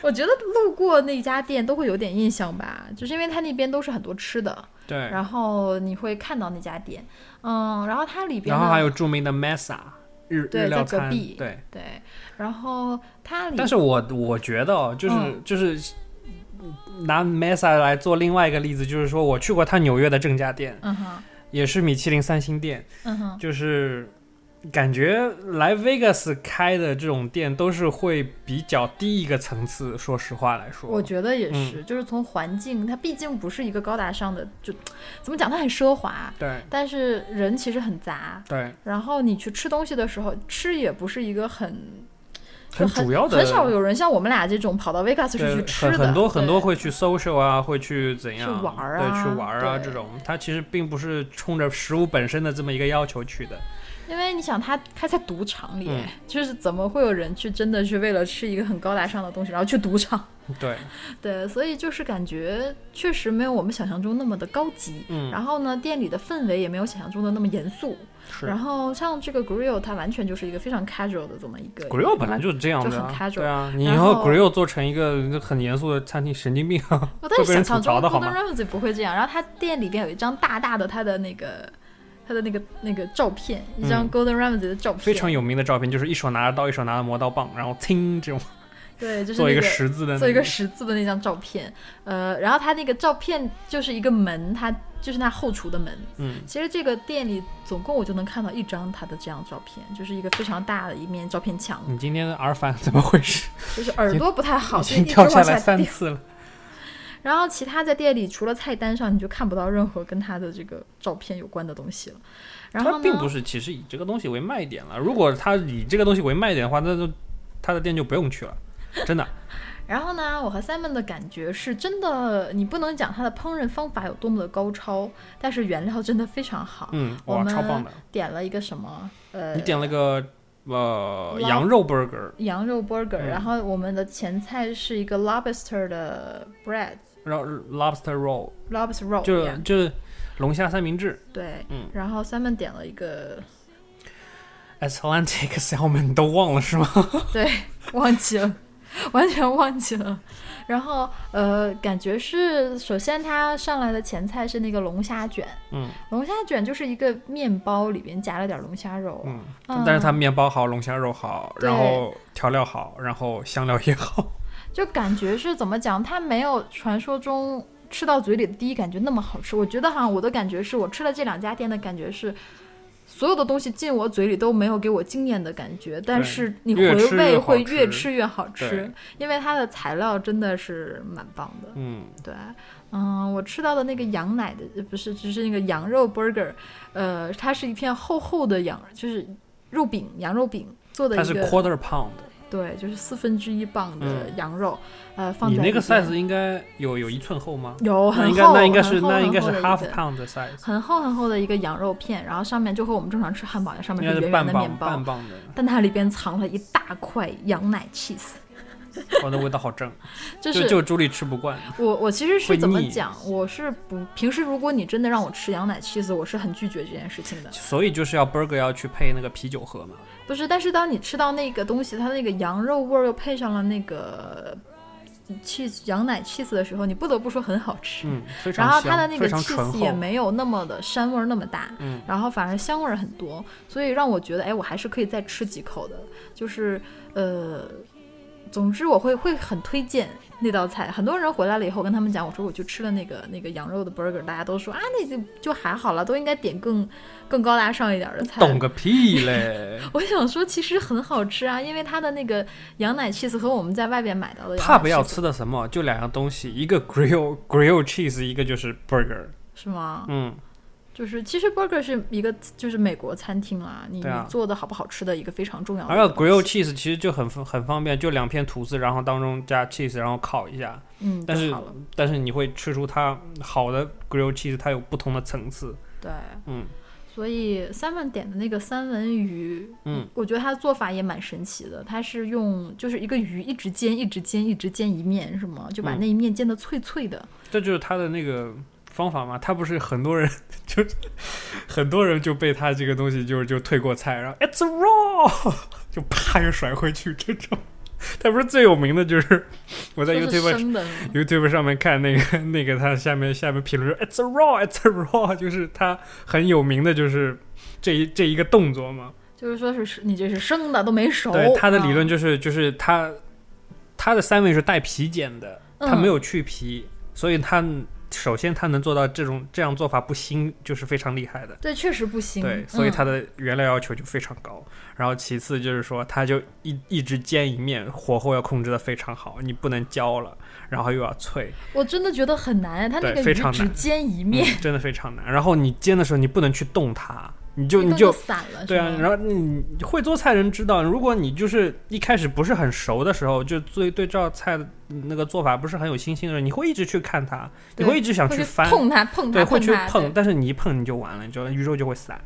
我觉得路过那家店都会有点印象吧，就是因为它那边都是很多吃的，
对，然
然后你会看到那家店，嗯，然后它里边
后还
呢
有著名的 Mesa 日
对
日料
在隔
餐，
壁
对。
对，然后它里
但是我我觉得哦，就是、
嗯
就是拿 Mesa 来做另外一个例子，就是说我去过他纽约的正家店，
嗯哼
也是米其林三星店，
嗯哼
就是感觉来 Vegas 开的这种店都是会比较低一个层次。说实话来说，
我觉得也
嗯
是，就是从环境，它毕竟不是一个高大上的，就怎么讲，它很奢华，
对
但是人其实很杂。
对，
然后你去吃东西的时候，吃也不是一个很就
很主要的
很少有人像我们俩这种跑到 Vegas
对
去吃的，
很很多
对
很多会去 social 啊，会去怎样
去玩儿
对，
啊
去玩儿啊
对
这种，它其实并不是冲着食物本身的这么一个要求去的。
因为你想，他开在赌场里、
嗯
就是怎么会有人去真的去为了吃一个很高大上的东西，然后去赌场？ *laughs*
对，
对，所以就是感觉确实没有我们想象中那么的高级。
嗯
然后呢，店里的氛围也没有想象中的那么严肃。
是
然后像这个 Grill，它完全就是一个非常 casual 的这么一个
grill 本来就是这样
就
的、
很
啊，
casual
对啊，你以
然
后
后
grill 做成一个很严肃的餐厅，神经病啊！
*laughs* 我但是
会被人
想
吐
象
槽
中
的好
Gordon
吗？
Ramsay 不会这样。然后他店里边有一张大大的他的那个他的那个那个照片，一张
嗯
Gordon Ramsay 的照片，
非常有名的照片就是一手拿着刀，一手拿着磨刀棒，然后听这种
对，就是
做一
那
个十字的、那
做一个
种
十字的那张照片，呃，然后他那个照片就是一个门，它就是那后厨的门。
嗯，
其实这个店里总共我就能看到一张他的这样照片，就是一个非常大的一面照片墙，
你今天的耳返怎么回事？
就是
嗯
耳朵不太好，
已
所以一
经
直
掉
往
下
下
来三
掉。
次了。
然后其他在店里除了菜单上，你就看不到任何跟他的这个照片有关的东西了。然后
它
呢？
并不是其实以这个东西为卖点了，如果它以这个东西为卖点的话，那就它的店就不用去了，真
*laughs*
的。
然后呢，我和 Simon 的感觉是真的，你不能讲他的烹饪方法有多么的高超，但是原料真的非常好。
嗯，
我
哇，超
们呃
棒的！
点了一个什么？呃
你，点了个呃
拉
羊肉 burger，
羊肉 burger，、
嗯
然后我们的前菜是一个 lobster 的 bread
然后呃 lobster roll，
lobster roll，
就
Oh yeah，
就是龙虾三明治
对，
嗯
然后 Simon 点了一个，
，Atlantic *laughs* salmon 你都忘了是吗？
对， *laughs* 忘记了。完全忘记了，然后呃，感觉是首先它上来的前菜是那个龙虾卷，
嗯
龙虾卷就是一个面包里边夹了点龙虾肉，
嗯，
嗯
但是它面包好，龙虾肉好，
对
然后调料好，然后香料也好，
就感觉是怎么讲，它没有传说中吃到嘴里的第一感觉那么好吃。我觉得哈，我的感觉是我吃了这两家店的感觉是，所有的东西进我嘴里都没有给我惊艳的感觉，但是你回
越吃越
味
好
会
吃
越吃越好吃，
对
因为它的材料真的是蛮棒的。
嗯，
对，嗯，我吃到的那个羊奶的呃不是，就是那个羊肉 burger，呃，它是一片厚厚的羊，就是肉饼，羊肉饼做的
它
一
是
个，
quarter pound，
对，就是四分之一磅的
嗯
羊肉，呃，放
你
在
那
里
个
边
size 应该有有一寸厚吗？那
有很
应该
厚，
那应该
很
是
厚
那
很
应该
厚
是
的一
half
个
pound 的 size，
很厚很厚的一个羊肉片，然后上面就和我们正常吃汉堡一样，上面
应该
是
是
圆圆
半
的面
磅
包
半，磅的，
但它里边藏了一大块羊奶 cheese，
哇，那味道好正，
*laughs* 就
就是就朱莉吃不惯，
我我其实是
会
怎么
腻
讲，我是不平时如果你真的让我吃羊奶 cheese，我是很拒绝这件事情的，
所以就是要 burger 要去配那个啤酒喝嘛，
不是，但是当你吃到那个东西，它那个羊肉味儿又配上了那个 cheese 羊奶 cheese 的时候，你不得不说很好吃。
嗯，非常
然后
香，
它的那个
非常醇
cheese 也
厚，
没有那么的膻味儿那么大，
嗯
然后反而香味儿很多，所以让我觉得，哎，我还是可以再吃几口的。就是呃，总之我会会很推荐那道菜。很多人回来了以后，我跟他们讲，我说我去吃了那个那个羊肉的 burger，大家都说啊，那就就还好了，都应该点更更高大上一点儿的菜。
懂个屁嘞！
我想说，其实很好吃啊，因为它的那个羊奶 cheese 和我们在外边买到的羊奶
pub 要
cheese
吃的什么？就两样东西，一个 grill grill cheese，一个就是 burger。
是吗？
嗯，
就是其实 burger 是一个就是美国餐厅啦，你、
对啊
你做的好不好吃的一个非常重要的
还
一个
有
东西。
grill cheese 其实就很很方便，就两片吐司，然后当中加 cheese，然后烤一下。
嗯，
但
就是好了
但是你会吃出它好的 grill cheese，它有不同的层次。
对，
嗯，
所以三万点的那个三文鱼，
嗯，
我觉得它的做法也蛮神奇的。它是用就是一个鱼一直煎，一直煎，一直煎一面，是吗？就把
嗯
那一面煎的脆脆的。
这就是他的那个方法嘛。他不是很多人 *laughs* 就很多人就被他这个东西就就退过菜，然后 it's raw *laughs* 就啪又甩回去这种。他不是最有名的就是我在
都是
YouTube
生的，
YouTube 上面看那个 *laughs* 那个，他下面下面评论说 "It's raw, it's raw"，就是他很有名的就是这一这一个动作嘛。
就是说是你这是生的都没熟。
对，他的理论
啊
就是就是他他的三维是带皮剪的，他
嗯
没有去皮，所以他首先他能做到这种这样做法不腥，就是非常厉害的。
对，确实不行。
对，所以
嗯
它的原料要求就非常高。然后其次就是说，它就一一直煎一面，火候要控制的非常好，你不能焦了，然后又要脆。
我真的觉得很难，啊它那
对
个
非
鱼
常
只
难
煎一面，
嗯真的非常难。然后你煎的时候，你不能去动它，你就
一
你
弄
就
就散了。
对
是
啊
吗。
然后你会做菜人知道，如果你就是一开始不是很熟的时候，就对对这道菜的那个做法不是很有信心的时候，你会一直去看它，你
对
会一直想
会去
翻。
碰它，碰它，
对，会去
它
碰，。但是你一碰你就完了，你知道吗鱼肉就会散。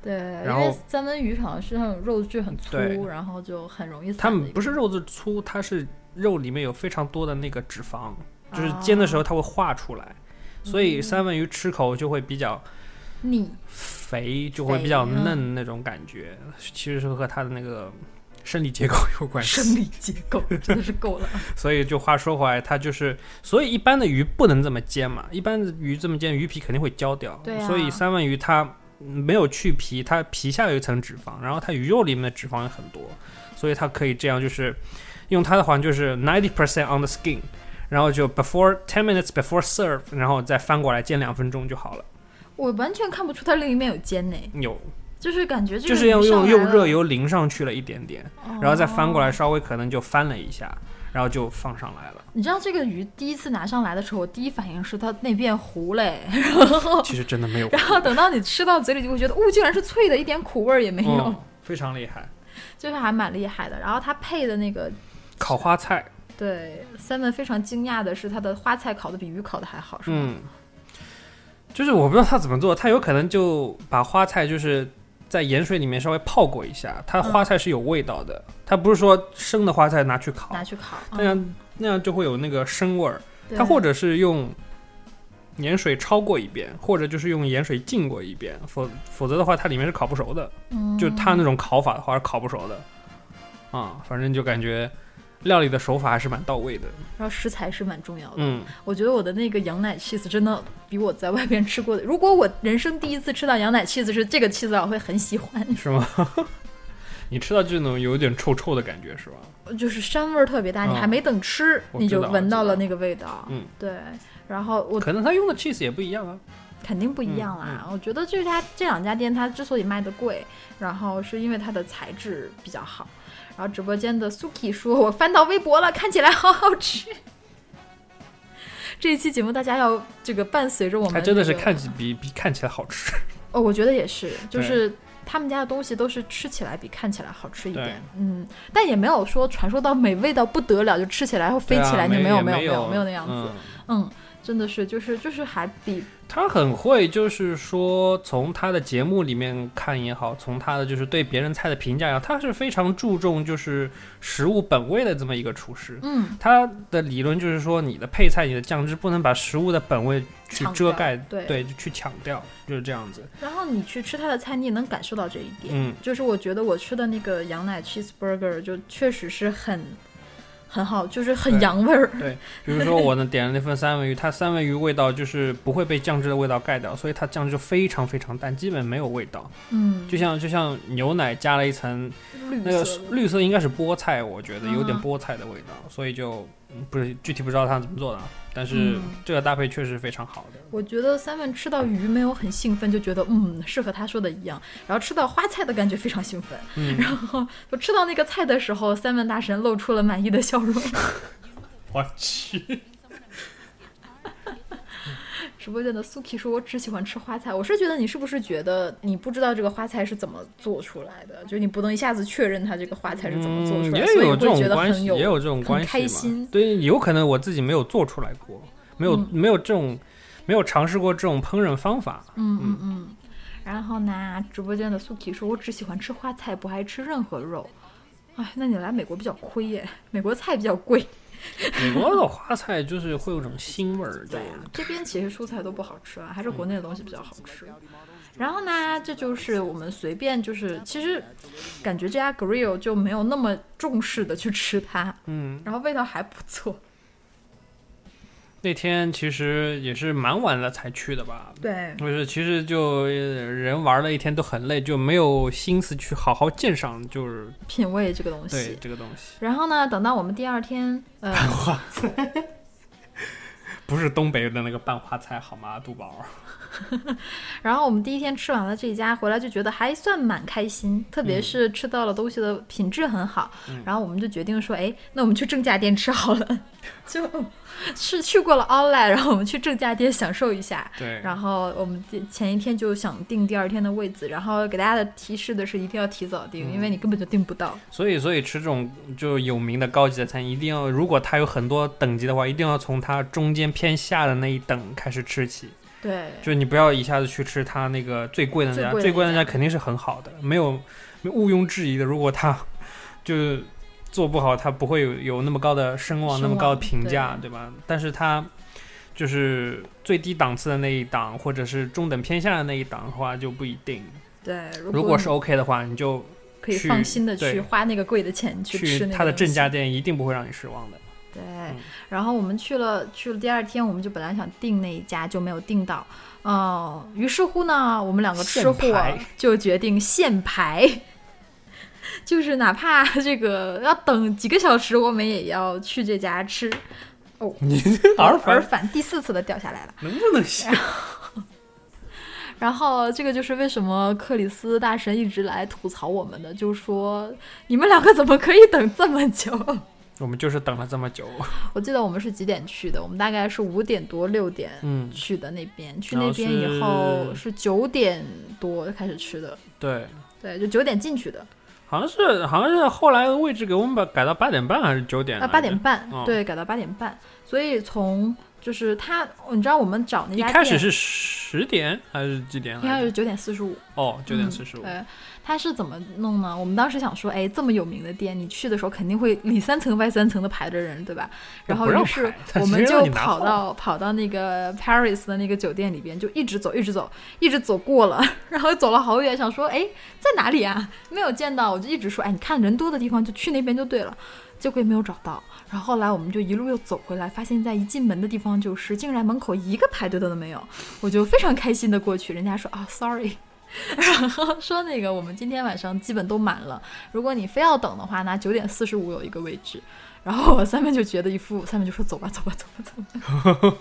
对，因
然后
为三文鱼好像是那种肉质很粗
对，
然后就很容易散。
它们不是，肉质粗，它是肉里面有非常多的那个脂肪，就是煎的时
哦
候它会化出来，所
嗯
以三文鱼吃口就会比较
腻。
肥就会比
肥
较
嗯
嫩那种感觉，其实是和它的那个生理结
*laughs*
构有关
生
系。
理结构 *laughs* 真的是够了。
所以就话说回来，它就是，所以一般的鱼不能这么煎嘛，一般的鱼这么煎，鱼皮肯定会焦掉。
对啊
所以三文鱼它嗯没有去皮，它皮下有一层脂肪，然后它鱼肉里面的脂肪也很多，所以它可以这样，就是用它的话就是 ninety percent on the skin。然后就 before ten minutes before serve，然后再翻过来煎两分钟就好了。
我完全看不出它另一面有煎呢，
有，
就是感觉这
就
个
是要
鱼上
用
来
用
了
热，油淋上去了一点点，然后再翻过来，
哦。
稍微可能就翻了一下，然后就放上来了。
你知道这个鱼第一次拿上来的时候，我第一反应是它那变糊嘞， *laughs* 然后
其实真的没有
哦然后等到你吃到嘴里，就会觉得，哦，竟然是脆的，一点苦味儿也没有，
嗯，非常厉害。
就是还蛮厉害的。然后它配的那个，
烤花菜，
对 Simon 非常惊讶的是，它的花菜烤的比鱼烤的还好，是吗？
嗯，就是我不知道他怎么做，他有可能就把花菜就是在盐水里面稍微泡过一下，它花菜是有味道的，它不是说生的花菜拿去烤
嗯拿，去烤，嗯
那样那样就会有那个生味儿。啊它
对
或者是用盐水焯过一遍，或者就是用盐水浸过一遍，否否则的话，它里面是烤不熟的。
嗯
就它那种烤法的话是烤不熟的。啊、反正就感觉料理的手法还是蛮到位的。
然后食材是蛮重要的。
嗯，
我觉得我的那个羊奶 cheese 真的比我在外边吃过的，如果我人生第一次吃到羊奶 cheese 是这个 cheese，啊我会很喜欢， *laughs*
是吗？ *laughs* 你吃到这种有点臭臭的感觉是吧？
就是膻味儿特别大，
嗯
你还没等吃，
我知道
你就闻到了那个味道。
嗯，
对。然后我
可能他用的 cheese 也不一样啊。
肯定不一样啦，
嗯
我觉得这家这两家店它之所以卖的贵，然后是因为它的材质比较好。然后直播间的 Suki 说：“我翻到微博了，看起来好好吃。” *laughs* 这一期节目大家要这个伴随着我们、
它
这个，
真的是看起比比看起来好吃。
哦，我觉得也是，就
对
是他们家的东西都是吃起来比看起来好吃一
对
点，嗯，但也没有说传说到美味到不得了，就吃起来会飞
对啊
起来，就没有
也
没
没
有没有没有那样子
嗯，
嗯，真的是就是就是还比
他很会，就是说从他的节目里面看也好，从他的就是对别人菜的评价也好，他是非常注重就是食物本味的这么一个厨师。
嗯
他的理论就是说，你的配菜、你的酱汁不能把食物的本味去
抢
遮
掉
盖，
对
去抢掉，就是这样子。
然后你去吃他的菜，你也能感受到这一点。
嗯，
就是我觉得我吃的那个羊奶 cheeseburger 就确实是很很好，就是很
对
羊味儿。
比如说我呢点了那份三文鱼，它三文鱼味道就是不会被酱汁的味道盖掉，所以它酱汁非常非常淡，基本没有味道。
嗯，
就像就像牛奶加了一层
绿
那个
色的。
绿色应该是菠菜，我觉得有点
嗯
菠菜的味道，所以就嗯不是具体不知道它怎么做的，啊，但是
嗯
这个搭配确实非常好的。
我觉得三文吃到鱼没有很兴奋，就觉得嗯是和他说的一样。然后吃到花菜的感觉非常兴奋，
嗯，
然后我吃到那个菜的时候，三文大神露出了满意的笑
*laughs*
容。
我去，
*laughs* 直播间的 Suki 说：“我只喜欢吃花菜。”我是觉得你是不是觉得你不知道这个花菜是怎么做出来的？就你不能一下子确认它这个花菜是怎么做出来，
嗯也
所以
有
会
这种
觉得
关
很
系，
有
也有这种关系嘛。
开心嗯
对，有可能我自己没有做出来过，没有、没有这种没有尝试过这种烹饪方法。
嗯嗯嗯。然后呢，直播间的苏 k 说：“我只喜欢吃花菜，不爱吃任何肉。”哎，那你来美国比较亏耶，美国菜比较贵。
美国的花菜就是会有种腥味儿，就
*laughs* 对啊，这边其实蔬菜都不好吃啊，还是国内的东西比较好吃。然后呢，这就是我们随便就是，其实感觉这家 grill 就没有那么重视的去吃它，
嗯。
然后味道还不错。
那天其实也是蛮晚了才去的吧，
对，
就是其实就呃人玩了一天都很累，就没有心思去好好鉴赏，就是
品味这个东
对
西。
这个东西。
然后呢，等到我们第二天， *laughs* 呃，
不是东北的那个拌花菜好吗，杜宝？
然后我们第一天吃完了这家，回来就觉得还算蛮开心，特
嗯
别是吃到了东西的品质很好。然后我们就决定说，哎，那我们去正价店吃好了， *laughs* 就是去过了 Outlet，然后我们去正价店享受一下。
对，
然后我们第前一天就想定第二天的位子，然后给大家的提示的是一定要提早
嗯
定，因为你根本就定不到。
所以所以吃这种就有名的高级的餐，一定要如果它有很多等级的话，一定要从它中间偏下的那一等开始吃起。
对，
就是你不要一下子去吃它那个最贵的那家，
最贵的那家
最贵的那家肯定是很好的，没有没有毋庸置疑的。如果它就是做不好，它不会有有那么高的声望，
声望
那么高的评价，对吧？但是它就是最低档次的那一档，或者是中等偏下的那一档的话，就不一定。
对，如
如果是 OK 的话，你就
可以
去
放心的去
对
花那个贵的钱吃
去
那个
它的
东西
正价店，一定不会让你失望的。
对，然后我们去了，去了第二天，我们就本来想订那一家，就没有订到。哦、于是乎呢，我们两个吃货
现排
就决定现排， *laughs* 就是哪怕这个要等几个小时，我们也要去这家吃。 *laughs*
你这耳
而
返
反第四次的掉下来了。
能不能行？
然后这个就是为什么克里斯大神一直来吐槽我们的，就说你们两个怎么可以等这么久？
*laughs*
*laughs*
我们就是等了这么久，
我记得我们是几点去的？我们大概是五点多六点
嗯，
去的那边，去
然后
那边以后
是
是九点多开始吃的，
对。
对，就九点进去的，
好像是，好像是后来的位置给我们把改到八点半还是九点来
啊，
着？
八点半，
哦
对，改到八点半，所以从就是他，你知道我们找那
一
家店
开始是十点还是几点
应该
来
是
着？
九点四十五，
哦，九点四十五。
呃，他是怎么弄呢？我们当时想说，哎，这么有名的店，你去的时候肯定会里三层外三层的排着人，对吧？然后
不让
于是
排 *laughs* 他
我
直
们
接
就
让你拿
跑
号
到跑到那个 Paris 的那个酒店里边，就一直走，一直走，一直走过了， *laughs* 然后走了好远，想说，哎，在哪里啊？没有见到，我就一直说，哎，你看人多的地方就去那边就对了。结果也没有找到，然后后来我们就一路又走回来，发现在一进门的地方就是，竟然门口一个排队的都没有，我就非常开心的过去，人家说啊、s o r r y *laughs* 然后说那个我们今天晚上基本都满了，如果你非要等的话，那九点四十五有一个位置。然后我三妹就觉得一副，三妹就说走吧走吧走吧走吧，
*laughs*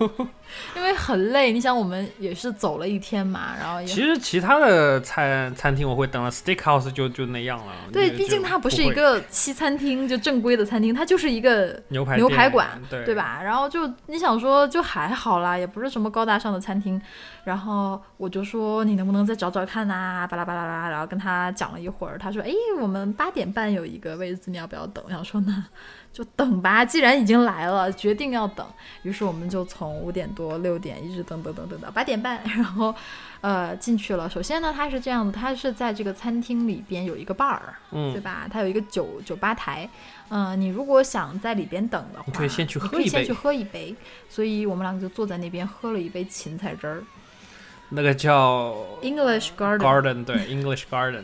因为很累。你想我们也是走了一天嘛，然后
*laughs*
也
其实其他的餐餐厅我会等了，Steakhouse 就就那样了。
对，
就
毕竟它
就不
不是一
会
个西餐厅，就正规的餐厅，它就是一个
牛排
牛
店
排馆，
对
对？吧？然后就你想说就还好啦，也不是什么高大上的餐厅。然后我就说你能不能再找找看呐、巴拉巴拉巴拉。然后跟他讲了一会儿，他说：“哎，我们八点半有一个位置，你要不要等？”我想说那就等吧，既然已经来了，决定要等。于是我们就从五点多六点一直等等等等到八点半，然后呃进去了。首先呢，它是这样子，它是在这个餐厅里边有一个 bar，对
嗯，
吧？它有一个酒酒吧台，嗯、你如果想在里边等的话，
你可以先去
你
喝
可以
一
先
杯
去喝一杯。所以我们两个就坐在那边喝了一杯芹菜汁儿
那个叫
，English Garden，,
Garden，对，English Garden，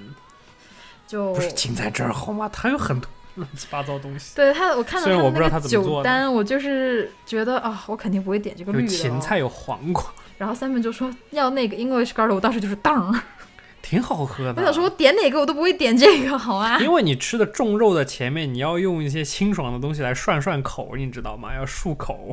就
不
哦
是芹菜汁儿好吗？它有很多乱七八糟东西，
对他，我看到
虽然我
他
不知道
那
它
个
怎么
酒
做的
单，我就是觉得啊，我肯定不会点这个
有
绿的、哦
芹。菜，有黄瓜， *laughs*
然后三妹就说要那个 English Garden，我当时就是当，
挺好喝的。啊
我想说我点哪个我都不会点这个，好吗？
因为你吃的重肉的前面，你要用一些清爽的东西来涮涮口，你知道吗？要漱口。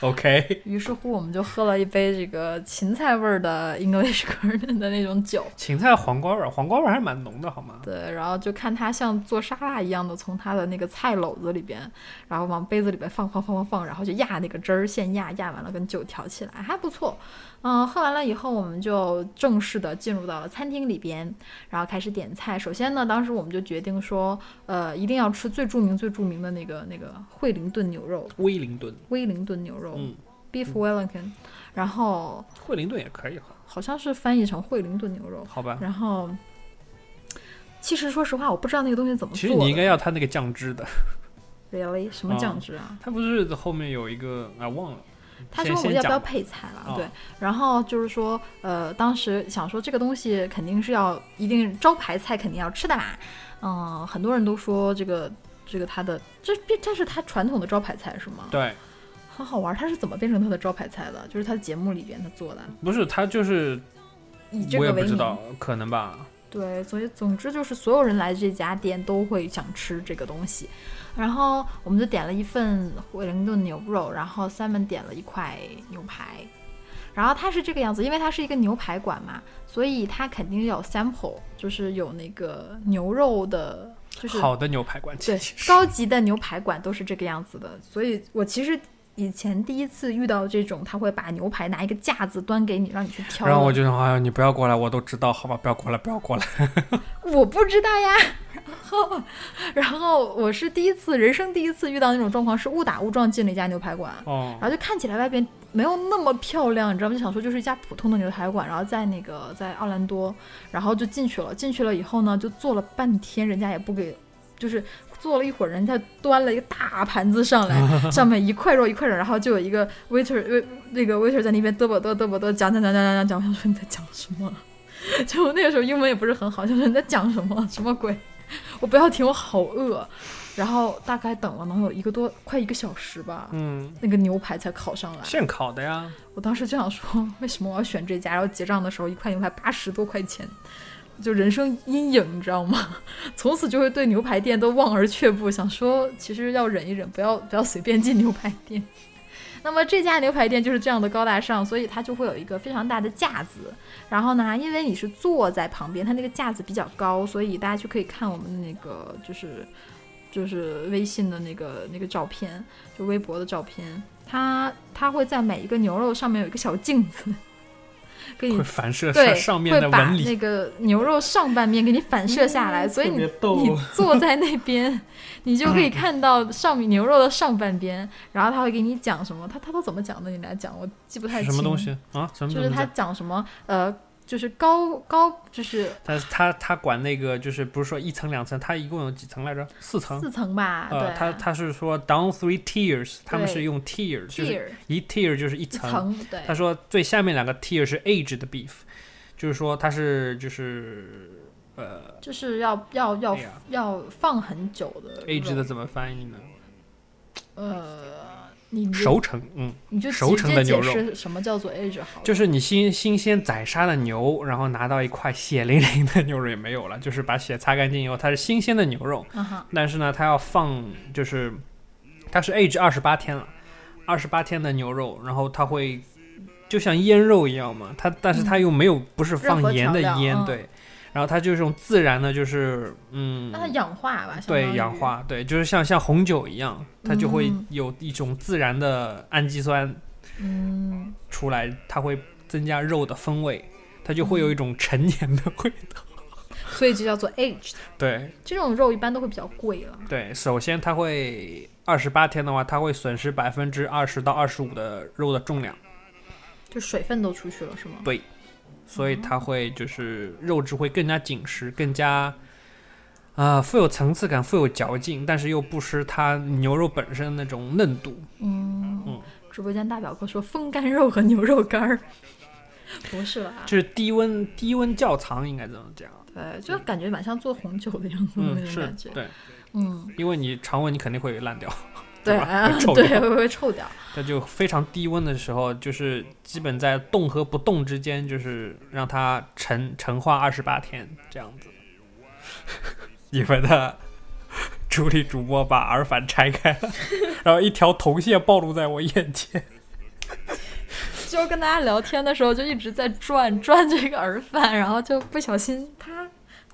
OK， *laughs*
于是乎，我们就喝了一杯这个芹菜味儿的 English *laughs* Garden 的那种酒。
芹菜黄瓜味儿，黄瓜味儿还蛮浓的，好吗？
对，然后就看他像做沙拉一样的从他的那个菜篓子里边，然后往杯子里边放放放放放，然后就压那个汁儿，现压压完了跟酒调起来，还不错。嗯，喝完了以后，我们就正式的进入到了餐厅里边，然后开始点菜。首先呢，当时我们就决定说，呃，一定要吃最著名最著名的那个那个惠灵顿牛肉，
威灵顿，
威灵顿牛肉、
嗯
b e e f Wellington，然后
惠灵顿也可以哈。
好像是翻译成惠灵顿牛肉。
好吧。
然后，其实说实话，我不知道那个东西怎么
其
做
实
的。
你应该要它那个酱汁的，
really 什么
啊
酱汁啊？
它不是后面有一个啊忘了，
他
先
说我
先
要不
讲
要
吧
配菜了？
哦
对，然后就是说，呃，当时想说这个东西肯定是要一定招牌菜，肯定要吃的嘛。嗯、很多人都说这个这个它的这变这是它传统的招牌菜是吗？
对，
很好玩，它是怎么变成它的招牌菜的？就是它节目里边它做的，
不是它就是
以这
我也
个
不
为
知
名
道。，可能吧，
对，所以总之就是所有人来这家店都会想吃这个东西，然后我们就点了一份惠灵顿牛肉，然后 Simon 点了一块牛排，然后它是这个样子，因为它是一个牛排馆嘛，所以它肯定有 sample，就是有那个牛肉的，就是
好的牛排馆其
对
实
高级的牛排馆都是这个样子的，所以我其实。以前第一次遇到这种，他会把牛排拿一个架子端给你，让你去挑的。
然后我就想，哎呀，你不要过来，我都知道，好吧，不要过来，不要
*laughs*
过来。
我不知道呀。 *laughs* 然后，然后我是第一次，人生第一次遇到那种状况，是误打误撞进了一家牛排馆，
哦
然，后就看起来外边没有那么漂亮，你知道吗？就想说就是一家普通的牛排馆，然后在那个在奥兰多，然后就进去了。进去了以后呢，就坐了半天，人家也不给， *laughs* 就是坐了一会儿，人家端了一个大盘子上来，上面一块肉一块肉，然后就有一个 waiter 呃那个 waiter 在那边嘚啵嘚嘚啵嘚讲讲讲讲讲讲，我想说你在讲什么？ *laughs* 就那个时候英文也不是很好，就说你在讲什么 *laughs* 什么鬼？我不要停，我好饿。然后大概等了能有一个多快一个小时吧，
嗯，
那个牛排才烤上来。
现烤的呀，
我当时就想说，为什么我要选这家？然后结账的时候，一块牛排八十多块钱，就人生阴影，你知道吗？ *laughs* 从此就会对牛排店都望而却步，想说其实要忍一忍，不要不要随便进牛排店。 *laughs* 那么这家牛排店就是这样的高大上，所以它就会有一个非常大的架子。然后呢，因为你是坐在旁边，它那个架子比较高，所以大家就可以看我们那个就是就是微信的那个那个照片，就微博的照片。它它会在每一个牛肉上面有一个小镜子， *laughs* 给你
会反 *laughs* 射
嗯对
上上面的
会把
纹理。
那个牛肉上半面给你反射下来，所以
特
你
别逗
你坐在那边， *laughs* 你就
嗯
可以看到上面牛肉的上半边，然后他会给你讲什么，他他都怎么讲的？你来讲，我记不太
是
清。
什么东？西啊？什么
就
东
是
西？
他讲什么呃。就是高高，就是
他他他管那个就是不是说一层两层，他一共有几层来着？四层。
四层吧，
呃，他
对，啊
他是说 down three tiers，他们
对
是用 tier，就
tier
是一 tier 就是一
一
层。
层，对，
他说最下面两个 tier 是 aged beef，就是说它是就是呃
就是要要要、
哎呀
要放很久的
aged
肉
的怎么翻译呢？
呃，你就
熟成，嗯，
你就
熟
直
成
接
的牛
解
肉
释什么叫做 age 好了，
就是你新新鲜宰杀的牛，然后拿到一块血淋淋的牛肉也没有了，就是把血擦干净以后，它是新鲜的牛肉，
嗯哼，
但是呢，它要放就是它是 age 二十八天了，二十八天的牛肉，然后它会就像腌肉一样嘛，它但是它又没有不是
任何
放盐的
调料
腌，
嗯
对，然后它就是用自然的，就是嗯
让，它氧化吧，相当
对，
于
氧化，对，就是像像红酒一样，它就会
嗯
有一种自然的氨基酸
嗯，
出来，它会增加肉的风味，它就会有一种陈年的味道。
所以就叫做 aged。
*laughs* 对
这种肉一般都会比较贵了。
对，首先它会二十八天的话，它会损失百分之二十到二十五的肉的重量，
就水分都出去了，是吗？
对所以它会就是肉质会更加紧实，更加。啊、富有层次感，富有嚼劲，但是又不失它牛肉本身那种嫩度。
嗯
嗯
直播间大表哥说风干肉和牛肉干儿， *laughs* 不是啦，
就是低温低温窖藏，应该怎么讲？
对，就感觉蛮像做红酒的样子的那
嗯，
种
是
感觉。
对，
嗯，
因为你常温你肯定会烂掉， *laughs*
对，
吧
啊
会臭掉
对，会会臭掉。
它就非常低温的时候，就是基本在动和不动之间，就是让它陈陈化二十八天这样子。 *laughs* 你们的助理主播把耳返拆开
*laughs*
了，然后一条铜线暴露在我眼前。
就跟大家聊天的时候，就一直在转转这个耳返，然后就不小心啪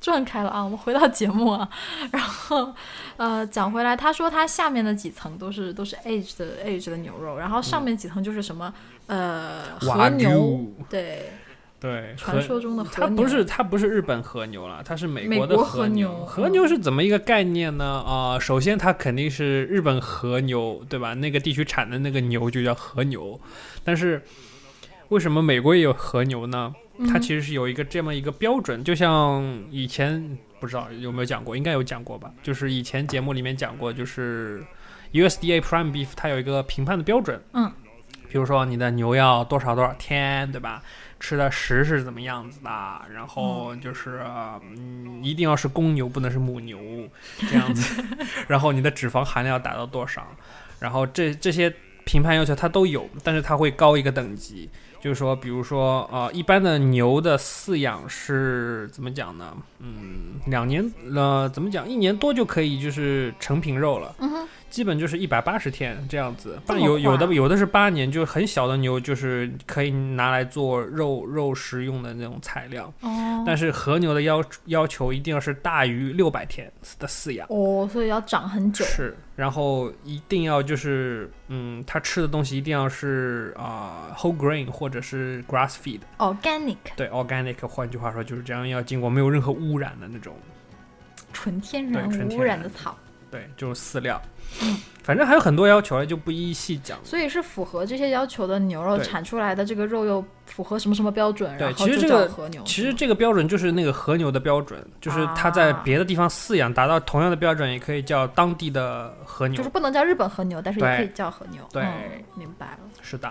转开了啊。我们回到节目啊，然后呃讲回来，他说他下面的几层都是都是 aged 的 aged 的牛肉，然后上面几层就是什么、呃和牛，对，
对，
传说中的和
它
牛，
不是它不是日本和牛了，它是美国的
美国
和
和牛嗯
牛。和牛是怎么一个概念呢？啊、首先它肯定是日本和牛，对吧？那个地区产的那个牛就叫和牛，但是。为什么美国也有和牛呢？它
嗯
其实是有一个这么一个标准，就像以前不知道有没有讲过，应该有讲过吧？就是以前节目里面讲过，就是 USDA Prime Beef 它有一个评判的标准，
嗯，
比如说你的牛要多少多少天，对吧？吃的食是怎么样子的？然后就是嗯，一定要是公牛，不能是母牛这样
*laughs*
子。然后你的脂肪含量要达到多少？然后这这些评判要求它都有，但是它会高一个等级。就是说，比如说，呃，一般的牛的饲养是怎么讲呢？嗯，两年，呃，怎么讲？一年多就可以就是成品肉了，
嗯哼，
基本就是一百八十天这样子。
这
但
么
有有
快
的有的是八年，就是很小的牛，就是可以拿来做肉肉食用的那种材料。
哦
但是和牛的要要求一定要是大于六百天的饲养。
哦，所以要长很久，
是，然后一定要就是，嗯，它吃的东西一定要是啊、whole grain 或者是 grass feed，
organic
对 organic，换句话说就是这样，要经过没有任何污染的那种，
纯天然
对纯
无
天
污染
然
的草，
对，就是饲料。反正还有很多要求了，就不一一细讲。
所以是符合这些要求的牛肉
对
产出来的这个肉又符合什么什么标准，
对
然后
其实
就
这
叫
个
和牛。
其实这个标准就是那个和牛的标准，就是它在
啊
别的地方饲养达到同样的标准，也可以叫当地的和牛
就是。不能叫日本和牛，但是也
对
可以叫和牛。
对
嗯，明白了。
是的，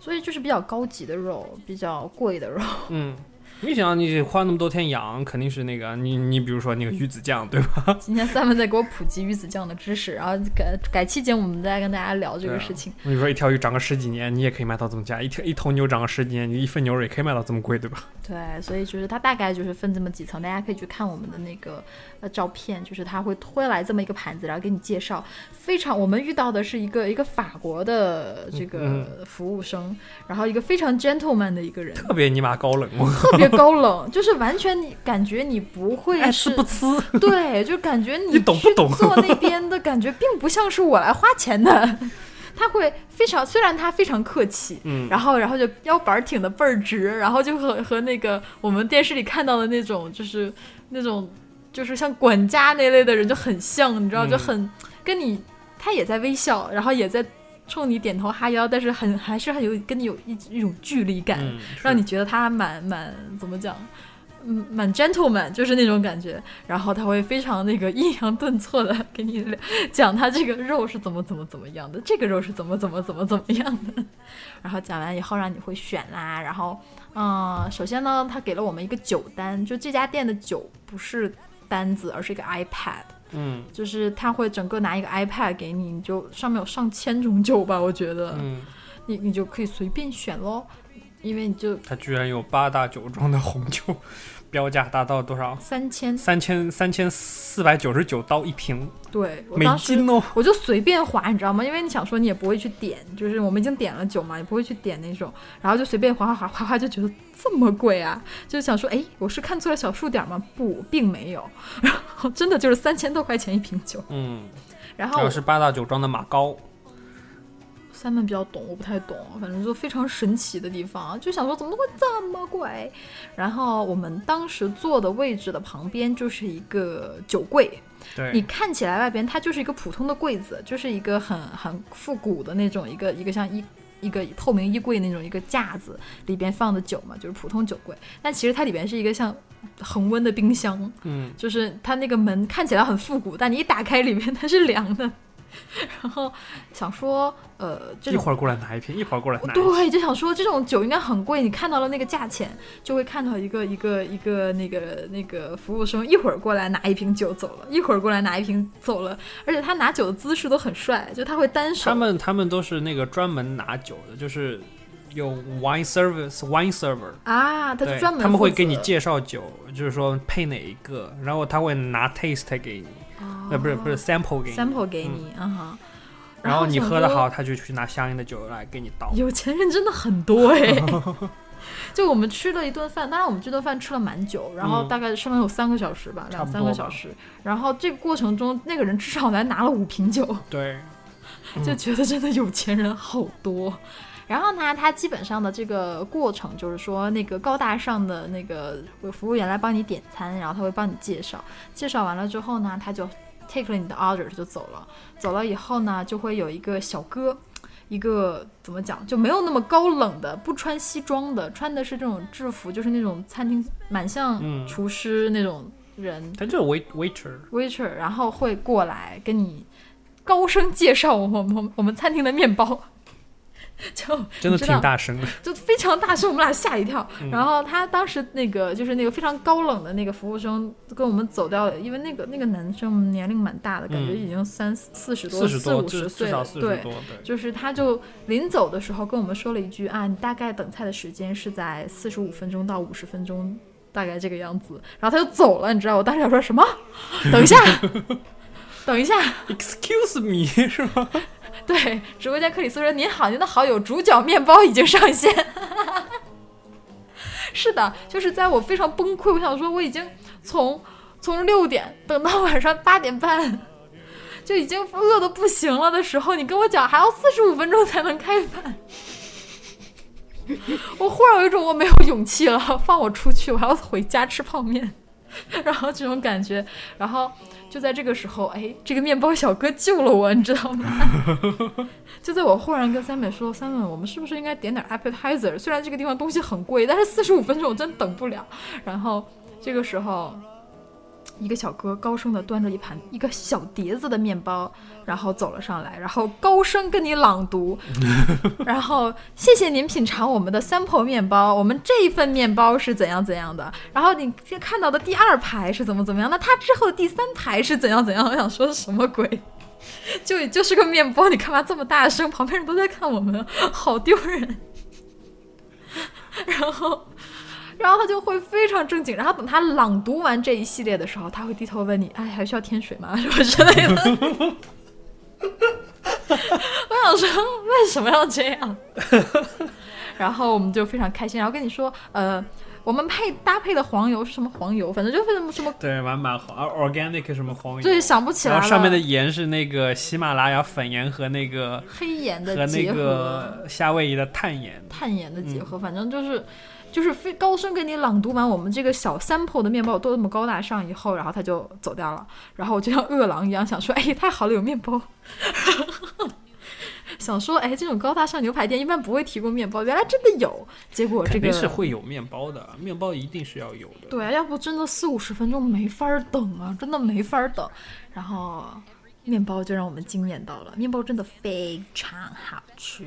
所以就是比较高级的肉，比较贵的肉。 *laughs*
嗯。你想，你花那么多天养，肯定是那个你你比如说那个鱼子酱，对吧？
今天三文在给我普及鱼子酱的知识，然后改改期节目我们再跟大家聊这个
对啊
事情。
你说一条鱼涨个十几年，你也可以卖到这么价；一条一头牛涨个十几年，你一份牛肉也可以卖到这么贵，对吧？ *laughs*
对，所以就是它大概就是分这么几层，大家可以去看我们的那个呃照片，就是它会推来这么一个盘子，然后给你介绍。非常，我们遇到的是一个一个法国的
嗯
这个服务生，然后一个非常 gentleman 的一个人，
特别尼玛高冷，我
特别高冷， *laughs* 就是完全你感觉你不 *laughs* 会
爱
是
哎吃不吃。 *laughs*
对，就感觉你
你懂不
去
懂
坐那边
*laughs*
的感觉，并不像是我来花钱的。他会非常，虽然他非常客气，
嗯
然后然后就腰板儿挺得倍儿直，然后就和和那个我们电视里看到的那种，就是那种就是像管家那类的人就很像，你知道，就
嗯
很跟你，他也在微笑，然后也在冲你点头哈腰，但是很还是很有跟你有一一种距离感，
嗯，
让你觉得他蛮蛮怎么讲，嗯，蛮 gentleman，就是那种感觉。然后他会非常那个抑扬顿挫的给你聊讲他这个肉是怎么怎么怎么样的，这个肉是怎么怎么怎么怎么样的。 *laughs* 然后讲完以后，让你会选啦。然后，嗯，首先呢，他给了我们一个酒单，就这家店的酒不是单子，而是一个 iPad。
嗯
就是他会整个拿一个 iPad 给你，你就上面有上千种酒吧，我觉得，
嗯，
你你就可以随便选喽，因为你就
它居然有八大酒庄的红酒， *laughs* 标价达到多少？
三千，
三千三千四百九十九刀一瓶，
对我
美
当时
金哦。
我就随便划，你知道吗？因为你想说你也不会去点，就是我们已经点了酒嘛，也不会去点那种，然后就随便划划划划划，就觉得这么贵啊，就想说，哎，我是看错了小数点吗？不，并没有， *laughs* 然后真的就是三千多块钱一瓶酒，
嗯，然
然后
后是八大酒庄的马高。
三门比较懂，我不太懂，反正就非常神奇的地方，就想说怎么会这么贵？然后我们当时坐的位置的旁边就是一个酒柜，
对，
你看起来外边它就是一个普通的柜子，就是一个很很复古的那种一个一个像衣一个透明衣柜那种一个架子，里边放的酒嘛，就是普通酒柜。但其实它里边是一个像恒温的冰箱，
嗯，
就是它那个门看起来很复古，但你一打开里面它是凉的。 *laughs* 然后想说，呃，这
一
种
会儿过来拿一瓶，一会儿过来拿一瓶。
对，就想说这种酒应该很贵，你看到了那个价钱，就会看到一个一个一个那个那个服务生一会儿过来拿一瓶酒走了，一会儿过来拿一瓶走了，而且他拿酒的姿势都很帅，就他会单手
他，们他们都是那个专门拿酒的，就是有 wine service wine server。
啊，他就
对
专门
他们会
负责
给你，介绍酒，就是说配哪一个，然后他会拿 taste 给你，呃，不是不是 sample 给你
哦啊
嗯
sample 给你，啊哈，
然后你
想
喝的
说
好，他就去拿相应的酒来给你倒。
有钱人真的很多
*laughs*
哎、就我们吃了一顿饭，当然我们这顿饭吃了蛮久，然后
嗯
大概吃了有三个小时吧，
差
两
不
三
多吧
个小时。然后这个过程中，那个人至少来拿了五瓶酒，
对，
就
嗯
觉得真的有钱人好多。然后呢，他基本上的这个过程就是说，那个高大上的那个服务员来帮你点餐，然后他会帮你介绍，介绍完了之后呢，他就 take 了你的 order 他就走了，走了以后呢，就会有一个小哥，一个怎么讲，就没有那么高冷的，不穿西装的，穿的是这种制服，就是那种餐厅蛮
嗯
像厨师那种人、
他就是 wait waiter，
waiter，然后会过来跟你高声介绍我们我们我们餐厅的面包， *laughs* 就
真的
你知
挺
道
大声的。
就非常大声，我们俩吓一跳。
嗯
然后他当时那个就是那个非常高冷的那个服务生跟我们走掉了，因为那个那个男生年龄蛮大的，感觉
嗯
已经三四十多、
四十
四
多，
五
至
十
至
岁
少
了，
四十
对。
多，对，
就是他就临走的时候跟我们说了一句啊，你大概等菜的时间是在四十五分钟到五十分钟，大概这个样子。然后他就走了，你知道我当时想说什么？等一下， *laughs* 等一下，
Excuse me，是
*laughs*
吗？
对，直播间克里斯说：“您好，您的好友主角面包已经上线。” *laughs* 是的，就是在我非常崩溃，我想说我已经从从六点等到晚上八点半，就已经饿的不行了的时候，你跟我讲还要四十五分钟才能开饭， *laughs* 我忽然有一种我没有勇气了，放我出去，我要回家吃泡面， *laughs* 然后这种感觉，然后就在这个时候，哎，这个面包小哥救了我，你知道吗？就在我忽然跟三美说：“三美，我们是不是应该点点 appetizer？虽然这个地方东西很贵，但是四十五分钟我真等不了。”然后这个时候，一个小哥高声的端着一盘一个小碟子的面包，然后走了上来，然后高声跟你朗读，然后谢谢您品尝我们的 sample 面包，我们这一份面包是怎样怎样的，然后你这看到的第二排是怎么怎么样，那它之后的第三排是怎样怎样，我想说什么鬼？就也就是个面包，你干嘛这么大声？旁边人都在看我们，好丢人。 *laughs* 然后，然后他就会非常正经。然后等他朗读完这一系列的时候，他会低头问你：“哎，还需要添水吗？” *laughs* 什么之类的。 *laughs* 我想说，为什么要这样？ *laughs* 然后我们就非常开心，然后跟你说，呃，我们配搭配的黄油是什么黄油？反正就是什么什么，
对，蛮蛮好。啊 organic 什么黄油，
对，想不起来
然
了。
后上面的盐是那个喜马拉雅粉盐和那个
黑盐的
和那
结合。
个夏威夷的碳盐。
碳盐的结
嗯
合，反正就是就是非高声给你朗读完我们这个小 sample 的面包有多么高大上以后，然后他就走掉了，然后我就像饿狼一样想说，哎，太好了，有面包。 *laughs* 想说，哎，这种高大上牛排店一般不会提供面包，原来真的有。结果这
肯
个
定是会有面包的，面包一定是要有的。
对啊，要不真的四五十分钟没法儿等啊，真的没法儿等。然后面包就让我们惊艳到了，面包真的非常好吃。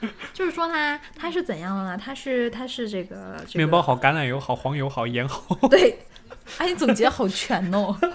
*laughs* 就是说呢，它是怎样的呢？它是它是这个、这个、
面包好，橄榄油好，黄油好，盐好。
对，哎，你总结好全哦。 *laughs*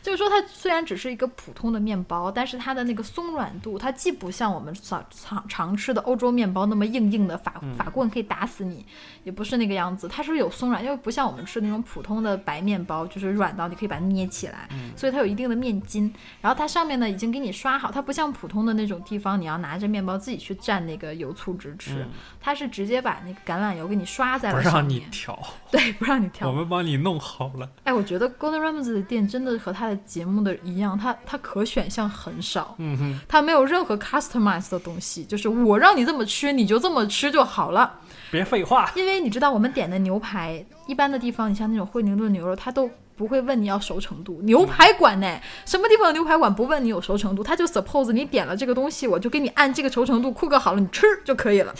就是说，它虽然只是一个普通的面包，但是它的那个松软度，它既不像我们常常常吃的欧洲面包那么硬硬的法
嗯
法棍可以打死你，也不是那个样子，它是有松软，因为不像我们吃的那种普通的白面包，就是软到你可以把它捏起来，
嗯
所以它有一定的面筋。然后它上面呢已经给你刷好，它不像普通的那种地方，你要拿着面包自己去蘸那个油醋汁吃，它是直接把那个橄榄油给你刷
嗯
在
不
了上
让你
面，
调，
*laughs* 对，不让你挑
我。们帮你弄好了。
哎，我觉得 Golden Ramsy 的店真的和他的节目的一样，他他可选项很少，
嗯哼，
他没有任何 customize 的东西，就是我让你这么吃，你就这么吃就好了。
别废话。
因为你知道我们点的牛排，一般的地方，你像那种惠灵顿牛肉，他都不会问你要熟程度。牛排馆呢，什么地方的牛排馆不问你有熟程度，他就 suppose 你点了这个东西，我就给你按这个熟程度 cook 好了，你吃就可以了。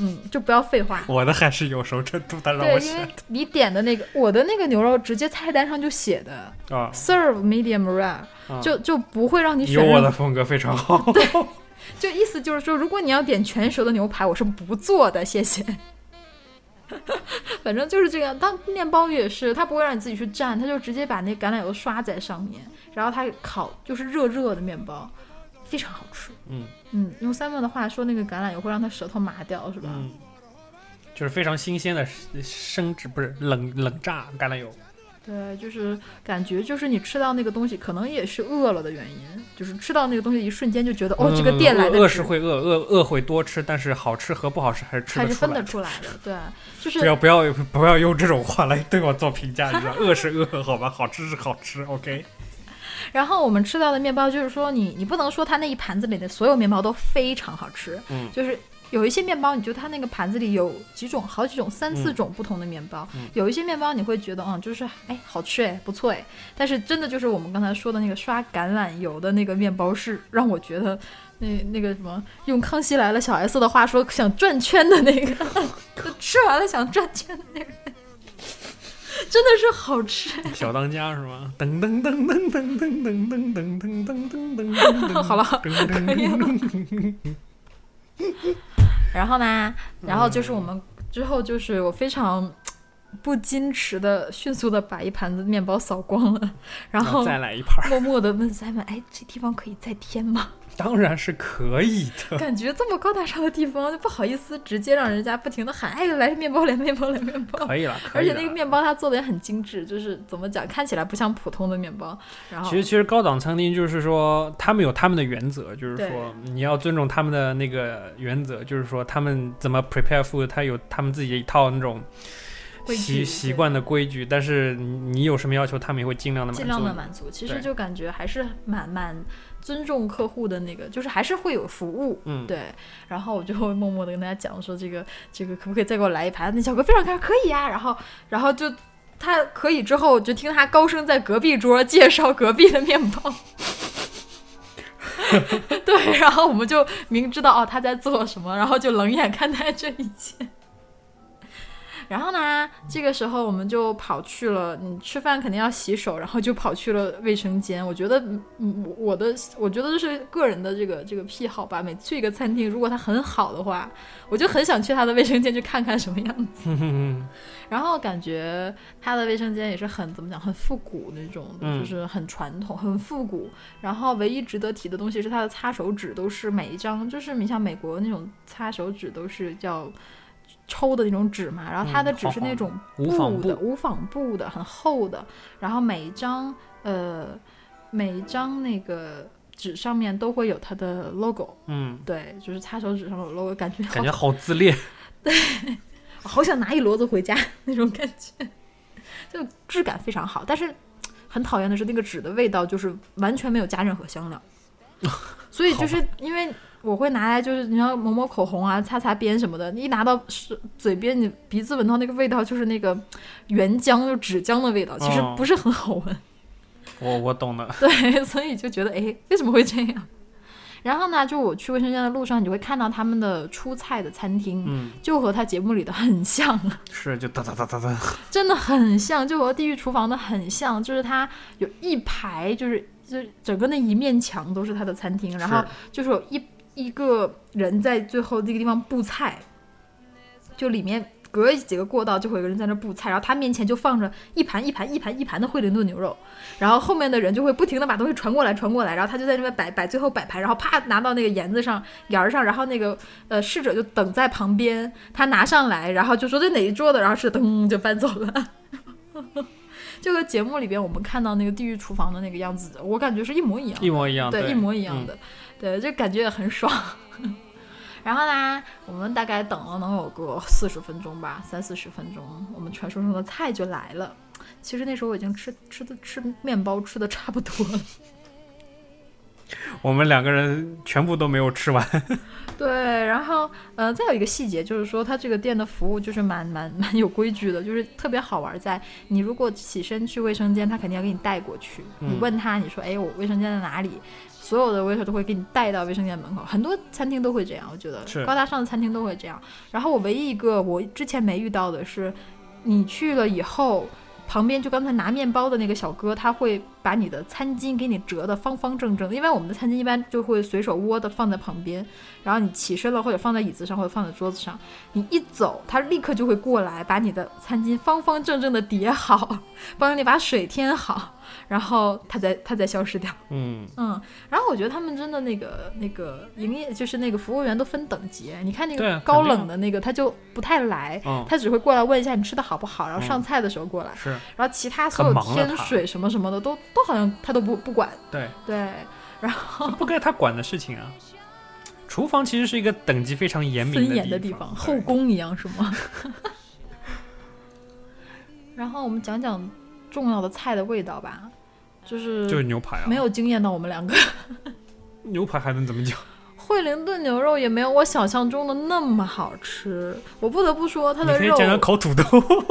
嗯，就不要废话。
我的还是有熟程度，他让我
对，因
选
为你点的那个，我的那个牛肉直接菜单上就写的，
啊。
serve medium rare，、
啊
就就不会让你
有
选
我
任
的
何，
风格非常 *laughs* 好。
就意思就是说，如果你要点全熟的牛排，我是不做的，谢 *laughs* 谢。反正就是这样，当面包也是，它不会让你自己去蘸，它就直接把那橄榄油刷在上面，然后它烤就是热热的面包，非常好吃。
嗯
嗯，用 Simon 的话说，那个橄榄油会让他舌头麻掉，是吧？
嗯，就是非常新鲜的生制，不是冷冷榨橄榄油。
对，就是感觉就是你吃到那个东西，可能也是饿了的原因，就是吃到那个东西一瞬间就觉得，哦，这个
嗯
店来的
饿饿
值
是会饿，饿饿会多吃，但是好吃和不好吃还是吃
还
得
是
出
分
来
得
的。哦
出来
*laughs*
的。对，就是
不要不要不要用这种话来对我做评价，你知道，饿是饿，好吧，好吃是好吃，OK。
然后我们吃到的面包，就是说你你不能说它那一盘子里的所有面包都非常好吃，
嗯
就是有一些面包，你就它那个盘子里有几种、好几种、三四种不同的面包。
嗯
有一些面包你会觉得，嗯，就是哎，好吃哎，不错哎。但是真的就是我们刚才说的那个刷橄榄油的那个面包，是让我觉得那那个什么，用《康熙来了》小 S 的话说，想转圈的那个， *laughs* 就吃完了想转圈的那个人， *laughs* 真的是好吃。
小当家是吗？噔噔噔噔噔噔噔噔噔噔噔噔噔噔。
*laughs* 好了
噔噔 *laughs* 噔
然后呢，然后就是我们之后就是我非常不矜持的、迅速的把一盘子面包扫光了，然
然后
后
再来一盘儿，
*laughs* 默默的问 Simon：“ 哎，这地方可以再添吗 *laughs*
当然是可以？”的。
感觉这么高大上的地方，就不好意思直接让人家不停的喊：“哎，来面包，来面包，来面包。”
可以了，可
而
以
且
了。
那个面包它做的也很精致，就是怎么讲，看起来不像普通的面包。然后
其实，其实高档餐厅就是说，他们有他们的原则，就是说你要尊重他们的那个原则，就是说他们怎么 prepare food，他有他们自己的一套那种
规矩
习习惯的规矩。但是你有什么要求，他们也会尽量的满足
尽
你。
量的满足，其实
对
就感觉还是蛮蛮尊重客户的那个，就是还是会有服务。
嗯，
对，然后我就会默默的跟大家讲说，这个这个可不可以再给我来一盘？那小哥非常开心，可以呀、然后然后就他可以之后，我就听他高声在隔壁桌介绍隔壁的面包。 *laughs* 对，然后我们就明知道哦他在做什么，然后就冷眼看待这一切。然后呢，这个时候我们就跑去了，你吃饭肯定要洗手，然后就跑去了卫生间。我觉得，嗯，我我的我觉得这是个人的这个这个癖好吧。每去一个餐厅，如果它很好的话，我就很想去它的卫生间去看看什么样子。
哼哼哼
然后感觉它的卫生间也是很怎么讲，很复古那种的，
嗯
就是很传统、很复古。然后唯一值得提的东西是它的擦手纸都是每一张，就是你像美国那种擦手纸都是叫抽的那种纸嘛，然后它的
嗯
纸是那种
黄
布
黄的无纺
的、无纺布的，很厚的。然后每一张呃每一张那个纸上面都会有它的 logo，
嗯，
对，就是擦手纸上面有 logo，感觉好
感觉好自恋。
好想拿一摞子回家 *laughs* 那种感觉，就质感非常好。但是很讨厌的是，那个纸的味道就是完全没有加任何香 *laughs* 料，所以就是因为我会拿来就是你要抹抹口红啊、擦擦边什么的，一拿到是嘴边，你鼻子闻到那个味道就是那个原浆就纸浆的味道，其实
哦
不是很好闻。 *laughs*
我我懂了，
对，所以就觉得诶，为什么会这样？然后呢，就我去卫生间的路上，你就会看到他们的出菜的餐厅，
嗯，
就和他节目里的很像。
是就哒哒哒哒哒，
真的很像，就和《地狱厨房》的很像，就是它有一排，就是就是整个那一面墙都是它的餐厅，然后就是有一一个人在最后那个地方布菜，就里面隔几个过道就会有个人在那布菜，然后他面前就放着一盘一盘一盘一盘的惠灵顿牛肉，然后后面的人就会不停的把东西传过来传过来，然后他就在那边摆摆，最后摆盘，然后啪拿到那个沿子上沿儿上，然后那个呃侍者就等在旁边，他拿上来，然后就说这哪一桌的，然后是噔就搬走了。 *laughs* 这个节目里边我们看到那个地狱厨房的那个样子，我感觉是一模一样
*laughs*
的
一模一样，
对，
对，
一模一样
嗯
的，对，这感觉也很爽。 *laughs* 然后呢，我们大概等了能有个四十分钟吧，三四十分钟，我们传说中的菜就来了。其实那时候我已经吃吃的吃面包吃的差不多了， *laughs*
我们两个人全部都没有吃完。
对。然后呃，再有一个细节就是说，它这个店的服务就是蛮蛮蛮有规矩的，就是特别好玩在你如果起身去卫生间，他肯定要给你带过去。
嗯
你问他，你说哎，我卫生间在哪里？所有的 waiter 都会给你带到卫生间门口，很多餐厅都会这样，我觉得
是
高大上的餐厅都会这样。然后我唯一一个我之前没遇到的是，你去了以后，旁边就刚才拿面包的那个小哥，他会把你的餐巾给你折得方方正正，因为我们的餐巾一般就会随手窝的放在旁边，然后你起身了或者放在椅子上或者放在桌子上，你一走，他立刻就会过来把你的餐巾方方正正的叠好， *laughs* 帮你把水添好，然后他再他再消失掉。
嗯，
嗯，然后我觉得他们真的那个那个营业就是那个服务员都分等级，你看那
对啊
个
肯定
高冷的那个他就不太来， *laughs*
嗯
他只会过来问一下你吃的好不好，然后上
嗯
菜的时候过来，
是
然后其他所有
很忙啊
添
他
水什么什么的都都好像他都不不管，
对，
对，然后
不该他管的事情啊。厨房其实是一个等级非常严明
森严的地
地
方，
方，
后
对
宫一样是吗？ *laughs* 然后我们讲讲重要的菜的味道吧，就是
就是牛排啊，
没有惊艳到我们两个。
牛排还能怎么讲？
惠灵顿牛肉也没有我想象中的那么好吃，我不得不说它
你
的
可以
肉。
讲讲烤土
*laughs*
豆，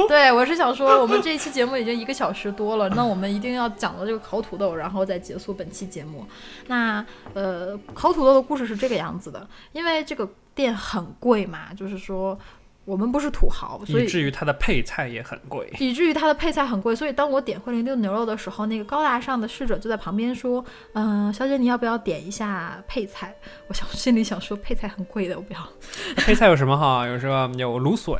对，我是想说，我们这一期节目已经一个小时多了，那我们一定要讲到这个烤土豆，然后再结束本期节目。那呃，烤土豆的故事是这个样子的，因为这个店很贵嘛，就是说我们不是土豪，所
以
以
至于它的配菜也很贵。
以至于它的配菜很贵，所以当我点惠灵顿牛肉的时候，那个高大上的侍者就在旁边说：“嗯、小姐，你要不要点一下配菜？”我想心里想说，配菜很贵的，我不要。
配菜有什么哈？有什么？有芦笋，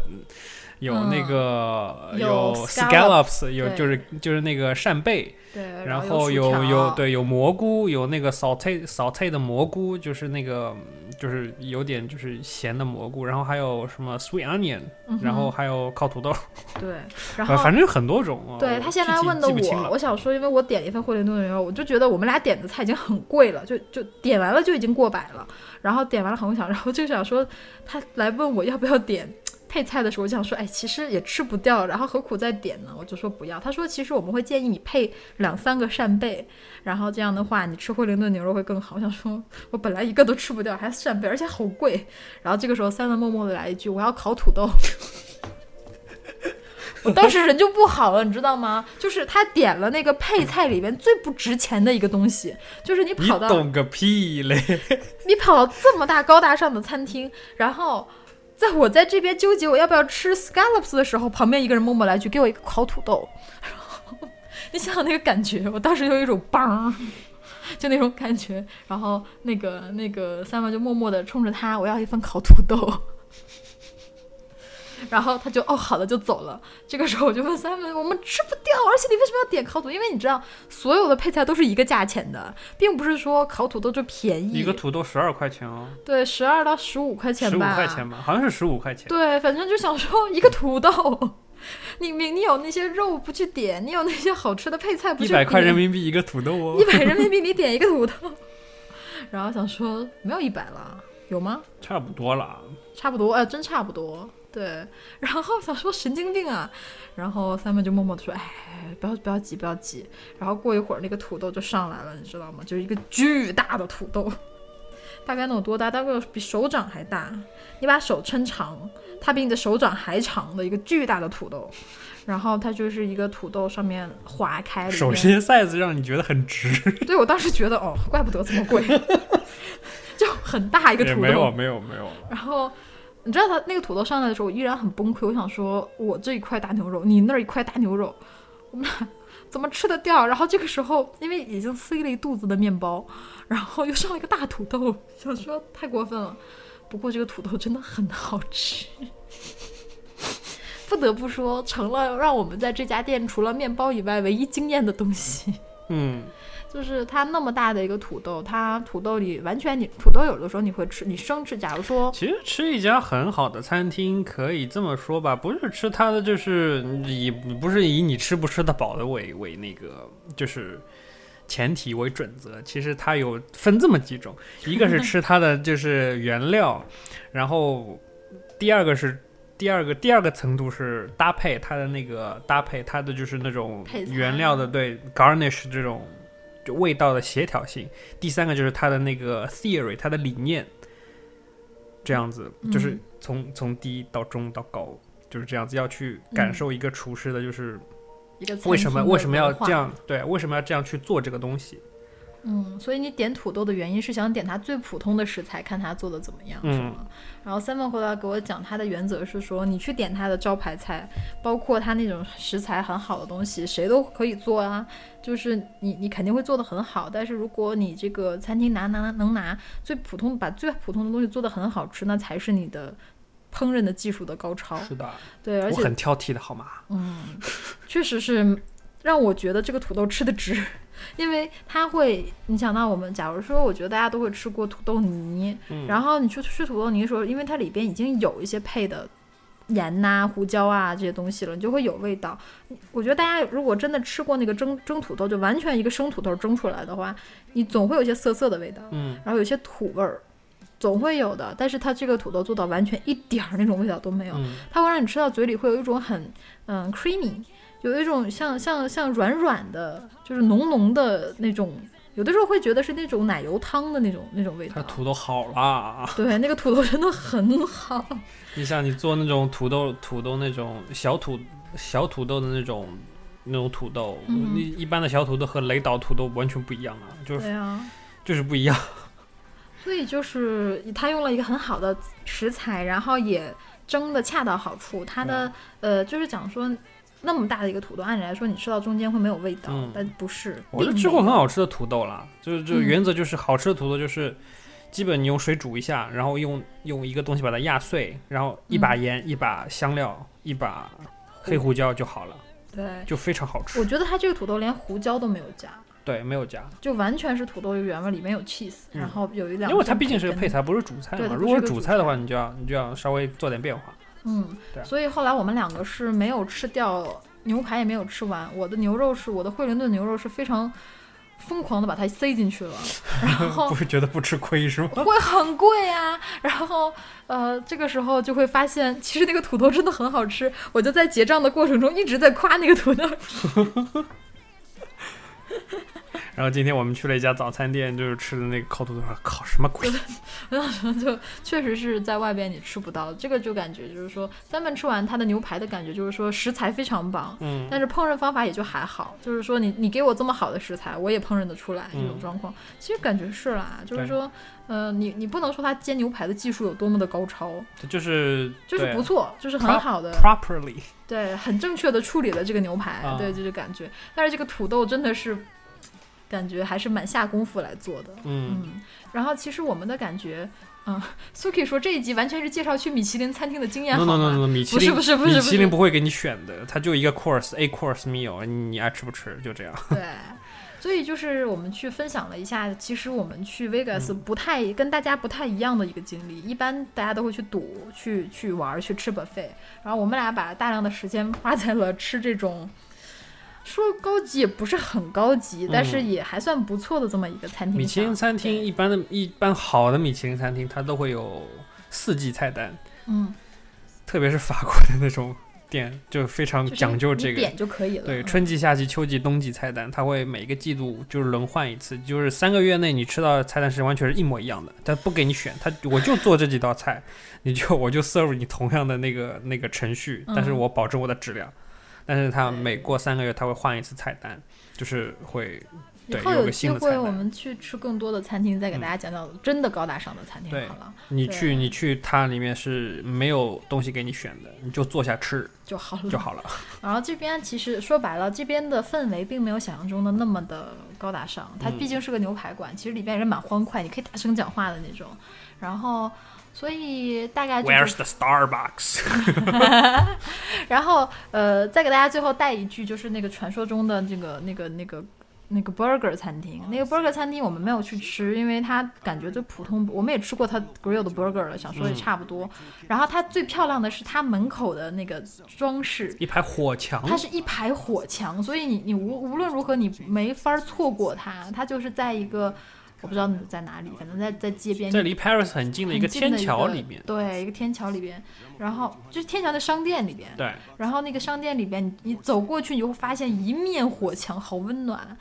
有那个、
嗯
有
有
scallops，有
对
就是就是那个扇贝，
对，
然
后
后有有
有，
对有蘑菇，有那个 saute saute 的蘑菇，就是那个嗯就是有点就是咸的蘑菇，然后还有什么 sweet onion，、
嗯哼
然后还有烤土豆，
对，然
反
后
反正很多种。啊
对
我
他先
具
来
体
问的
记不清
我，
了
我想说，因为我点了一份惠灵顿牛肉，我就觉得我们俩点的菜已经很贵了，就就点完了就已经过百了，然后点完了很想，然后就想说，他来问我要不要点。配菜的时候，我就想说，哎，其实也吃不掉，然后何苦再点呢？我就说不要。他说，其实我们会建议你配两三个扇贝，然后这样的话，你吃惠灵顿牛肉会更好。 *laughs* 我想说，我本来一个都吃不掉，还扇贝，而且好贵。然后这个时候，三文默默的来一句，我要烤土豆。 *laughs* 我当时人就不好了，你知道吗？就是他点了那个配菜里面最不值钱的一个东西，就是你
你
跑到
懂个屁
*laughs*
嘞！
你跑到这么大高大上的餐厅，然后在我在这边纠结我要不要吃 scallops 的时候，旁边一个人默默来一句：“给我一个烤土豆。”然后你想想那个感觉，我当时就有一种梆，就那种感觉。然后那个那个三毛就默默的冲着他：“我要一份烤土豆。”然后他就哦好的就走了。这个时候我就问 Simon，我们吃不掉，而且你为什么要点烤土？因为你知道所有的配菜都是一个价钱的，并不是说烤土豆就便宜。
一个土豆十二块钱哦，
对，十二到十五块钱
十五
吧，
块钱吧，好像是十五块钱。
对，反正就想说一个土豆，你你你有那些肉不去点，你有那些好吃的配菜不
一
去
百块人
民
民币一个土豆哦
一，百人民币你点一个土豆， *laughs* 然后想说没有一百了，有吗？
差不多了。
差不多，哎，真差不多。对，然后想说神经病啊，然后三妹就默默的说，哎，不要不要急，不要急。然后过一会儿那个土豆就上来了，你知道吗？就是一个巨大的土豆，大概能有多大？大概有比手掌还大。你把手抻长，它比你的手掌还长的一个巨大的土豆。然后它就是一个土豆上面划开里面，
首先 size 让你觉得很值，
对我当时觉得哦，怪不得这么贵， *laughs* 就很大一个
也
土豆。
没有没有没有了。
然后你知道他那个土豆上来的时候，我依然很崩溃。我想说，我这一块大牛肉，你那儿一块大牛肉，我们俩怎么吃得掉？然后这个时候，因为已经塞了一肚子的面包，然后又上了一个大土豆，想说太过分了。不过这个土豆真的很好吃。 *laughs* 不得不说，成了让我们在这家店除了面包以外唯一惊艳的东西。 *laughs*
嗯，
就是它那么大的一个土豆，它土豆里完全你土豆有的时候你会吃，你生吃。假如说
其实吃一家很好的餐厅，可以这么说吧，不是吃它的，就是以不是以你吃不吃得饱的为为那个就是前提为准则。其实它有分这么几种，一个是吃它的
*laughs*
就是原料，然后第二个是。第二个第二个程度是搭配它的那个搭配它的就是那种
配菜
原料的对 garnish 这种就味道的协调性。第三个就是它的那个 theory，它的理念，这样子就是
嗯
从、从低到中到高，就是这样子要去感受一个厨师的，就是
一个
为什么
餐厅嗯的
为什么要
文化
这？样对，为什么要这样去做这个东西？
嗯，所以你点土豆的原因是想点它最普通的食材，看它做的怎么样，是
嗯
吗？然后三问回来给我讲，他的原则是说，你去点他的招牌菜，包括他那种食材很好的东西，谁都可以做啊。就是你你肯定会做的很好，但是如果你这个餐厅拿拿能拿最普通，把最普通的东西做的很好吃，那才是你的烹饪的技术的高超。
是的，
对，嗯而
我
且
很挑剔的好吗？
嗯，确实是让我觉得这个土豆吃的值，因为它会，你想到我们，假如说，我觉得大家都会吃过土豆泥，
嗯
然后你去吃土豆泥的时候，因为它里边已经有一些配的。盐呐、胡椒啊这些东西了，你就会有味道。我觉得大家如果真的吃过那个蒸蒸土豆，就完全一个生土豆蒸出来的话，你总会有一些涩涩的味道。
嗯，
然后有些土味儿，总会有的。但是它这个土豆做到完全一点儿那种味道都没有，
嗯
它会让你吃到嘴里会有一种很嗯 creamy，有一种像像像软软的，就是浓浓的那种有的时候会觉得是那种奶油汤的那种那种味
它
道。
土豆好啦。
对，那个土豆真的很好，
*laughs* 你想，你做那种土豆土豆那种小土小土豆的那种那种土豆，
嗯
一一般的小土豆和雷岛土豆完全不一样啊， *laughs* 就是
对啊，
就是不一样。
所以就是他用了一个很好的食材，然后也蒸的恰到好处。它的、
嗯
呃，就是讲说那么大的一个土豆，按理来说你吃到中间会没有味道，
嗯
但不是，
我是
并
吃
没
过很
有
好吃的土豆啦，就是就
嗯
原则就是好吃的土豆就是，基本你用水煮一下，然后用用一个东西把它压碎，然后一
嗯
把盐、一把香料、一把黑胡椒就好了，
对。
就非常好吃
我。觉得它这个土豆连胡椒都没有加，
对，没有加，
就完全是土豆的原味，里面有 cheese，、
嗯
然后有一两，
因为它毕竟是个配，菜，不是主菜
对
嘛。
它不
如果
是
是
个
主
主
菜的
菜
话，你就要你就要稍微做点变化。
嗯
对，啊
所以后来我们两个是没有吃掉牛排，也没有吃完，我的牛肉是我的惠灵顿牛肉是非常疯狂的把它塞
*laughs*
进去了，然后
不是觉得不吃亏是吗？ *laughs*
会很贵呀、然后呃，这个时候就会发现，其实那个土豆真的很好吃。我就在结账的过程中一直在夸那个土豆。
然后今天我们去了一家早餐店，就是吃的那个烤土豆，烤什么鬼？
就确实是在外边你吃不到，这个就感觉就是说，三份吃完它的牛排的感觉就是说食材非常棒，
嗯，
但是烹饪方法也就还好，就是说你你给我这么好的食材，我也烹饪得出来这种
嗯
状况，其实感觉是啦，就是
对
说，呃，你你不能说它煎牛排的技术有多么的高超，
它就是
就是
对
不错，就是很
Pro-
好的
properly，
对，很正确的处理了这个牛排，
啊
对，就是感觉。但是这个土豆真的是，感觉还是蛮下功夫来做的，
嗯，
嗯。然后其实我们的感觉，嗯，Suki 说这一集完全是介绍去米其林餐厅的经验
no
好吗
no no no，米其
不是
林
不是不是
米
不
其
是
林，不会给你选的，它就一个 course A course meal，你你爱吃不吃就这样。 *laughs*
对。所以就是我们去分享了一下，其实我们去 Vegas
嗯
不太、跟大家不太一样的一个经历。一般大家都会去赌、去去玩儿、去吃 buffet，然后我们俩把大量的时间花在了吃这种说高级也不是很高级，但是也还算不错的这么一个餐厅上。
嗯米其林餐厅
对，
一般的一般好的米其林餐厅，它都会有四季菜单，
嗯，
特别是法国的那种店，就非常
就是
讲究
你
这个。
点就可以了。
对，
嗯
春季、夏季、秋季、冬季菜单，它会每个季度就是轮换一次，就是三个月内你吃到的菜单是完全是一模一样的，它不给你选，它我就做这几道菜，你就我就 serve 你同样的那个那个程序，但是
嗯
我保证我的质量，但是它
对
每过三个月它会换一次菜单，就是会
以
对
后
有
有
个
机
新的菜
会
单嗯
我们去吃更多的餐厅，再给大家讲讲真的高大上的餐厅
对
好了
你
对
去你去它里面是没有东西给你选的，你就坐下吃
就好了。
就好了。
然后这边其实说白了，这边的氛围并没有想象中的那么的高大上，它
嗯
毕竟是个牛排馆，其实里边人蛮欢快，你可以大声讲话的那种。然后，所以大概就是
Where's the
*laughs*
Starbucks？
然后呃，再给大家最后带一句，就是那个传说中的这个那个那个那个 burger 餐厅，那个 burger 餐厅我们没有去吃，因为它感觉就普通，我们也吃过它 grill 的 burger 了，想说也差不多。然后它最漂亮的是它门口的那个装饰，
一排火墙，
它是一排火墙，所以你你无无论如何你没法错过它，它就是在一个我不知道在哪里，反正在在街边。
这离 Paris 很近的一
很
个
近的
天桥
一个
里面。
对，一个天桥里边，然后就是天桥的商店里边，
对，
然后那个商店里边，你你走过去，你就会发现一面火墙，好温暖。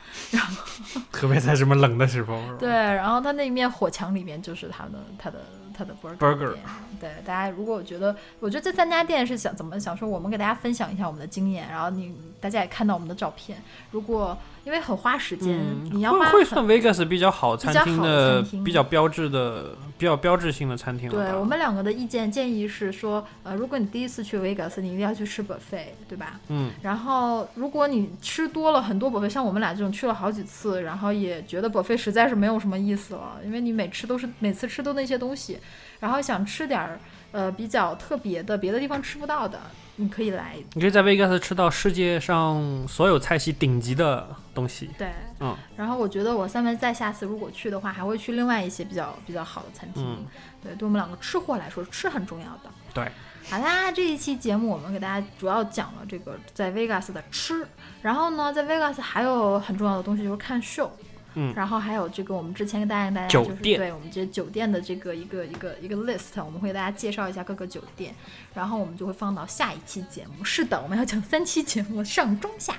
特别在什么冷的时候。是吧
对，，然后它那面火墙里面就是他的他的他的 burger
Burger
店对，大家如果觉得，我觉得这三家店是想怎么想说，我们给大家分享一下我们的经验，然后你大家也看到我们的照片。如果因为很花时间，
嗯，
你要
会
花
会
很
算 Vegas 比较好餐厅的
比较好的餐厅
比较标志的比较标志性的餐厅了吧。
对我们两个的意见建议是说，呃，如果你第一次去 Vegas，你一定要去吃 buffet，对吧？
嗯，
然后如果你吃多了很多 buffet，像我们俩这种去了好几次，然后也觉得 buffet 实在是没有什么意思了，因为你每吃都是每次吃都那些东西，然后想吃点儿呃比较特别的，别的地方吃不到的，你可以来。
你可以在 Vegas 吃到世界上所有菜系顶级的东西。
对，
嗯
然后我觉得我三妹再下次如果去的话，还会去另外一些比较比较好的餐厅。
嗯，
对，对我们两个吃货来说，吃很重要的。
对，
好啦，这一期节目我们给大家主要讲了这个在 Vegas 的吃，然后呢，在 Vegas 还有很重要的东西就是看秀。
嗯
然后还有这个，我们之前跟大家大家
酒
就是
店
对我们这酒店的这个一个一个一个 list，我们会给大家介绍一下各个酒店，然后我们就会放到下一期节目。是的，我们要讲三期节目，上中下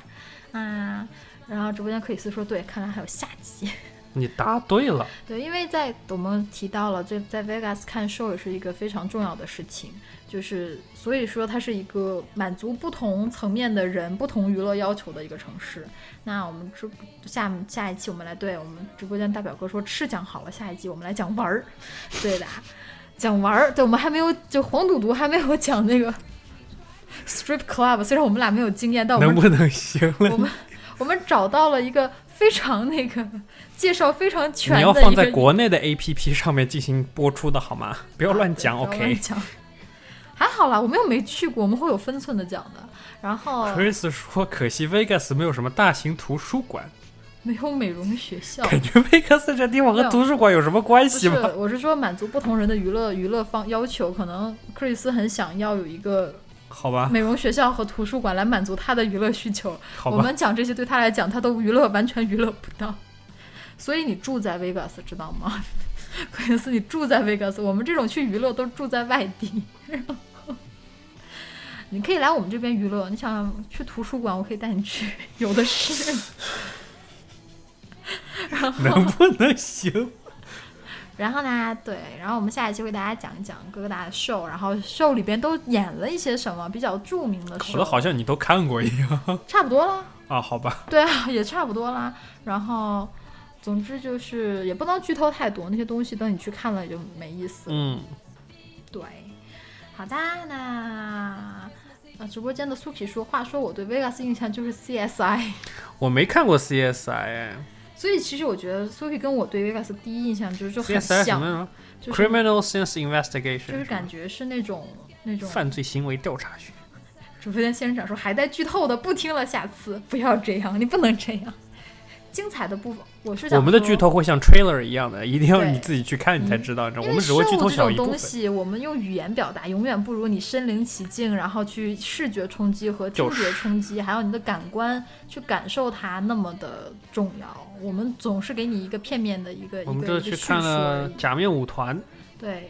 啊。然后直播间克里斯说，对，看来还有下集。
你答对了，
对，因为在我们提到了，在在 Vegas 看 show 也是一个非常重要的事情，就是所以说它是一个满足不同层面的人、不同娱乐要求的一个城市。那我们直下下一期我们来对我们直播间大表哥说吃讲好了，下一集我们来讲玩儿，对的啊，讲玩儿。对，我们还没有就黄赌毒还没有讲那个 strip club，虽然我们俩没有经验，但我
能
们
不能行了？
我们我们找到了一个非常那个介绍非常全的
*laughs* 你
一
要
个。
放在国内的 APP 上面进行播出的好
*laughs*
吗？不要乱讲
不要乱
，OK。
讲。还好啦，我们又没去过，我们会有分寸的讲的。然后
*laughs* Chris 说：“可惜 Vegas 没有什么大型图书馆，
哦没有美容学校，
感觉 Vegas 这地方和图书馆有什么关
不
系
是
吗？”，
我是说满足不同人的娱乐娱乐方要求。可能克里斯很想要有一个
好吧，
美容学校和图书馆来满足他的娱乐需求。
好
我
吧，
们讲这些对他来讲，他都娱乐完全娱乐不到。所以你住在 Vegas 知道吗？ *laughs* 克里斯，你住在 Vegas，我们这种去娱乐都住在外地。 *laughs* 你可以来我们这边娱乐，你想去图书馆，我可以带你去，有的是。
*laughs* 能不能行？
然后呢，对，然后我们下一期会给大家讲一讲各个大的 show，然后 show 里边都演了一些什么比较著名的
搞得
show，
好像你都看过一样
差不多了。
*laughs* 啊？好吧，
*laughs* 对啊，也差不多啦。然后，总之就是也不能剧透太多，那些东西等你去看了也就没意思了。
嗯，
对，好的，那呃，直播间的苏 k 说，话说我对 Vegas 印象就是 CSI，
我没看过 CSI，CSI
所以其实我觉得苏 k 跟我对 Vegas 第一印象就是就很
什么
像，
什么
就是
Criminal Sense
就是
Investigation，
感觉是那种那种。
犯罪行为调查学。
主播间先生长说还带剧透的，不听了，下次不要这样，你不能这样。精彩的部分，我是想
我们的
说
剧透会像 trailer 一样的，一定要
对
你自己去看你才知道，你知道
嗯因
我
为
们只会剧透
这
小
种
一部
东
分。
西，我们用语言表达永远不如你身临其境，然后去视觉冲击和听
就
觉
是
冲击，还有你的感官去感受它那么的重要。我们总是给你一个片面的一个
我
一
们
个
这
一
去
个叙
看
述而
了
已。
假面舞团
对，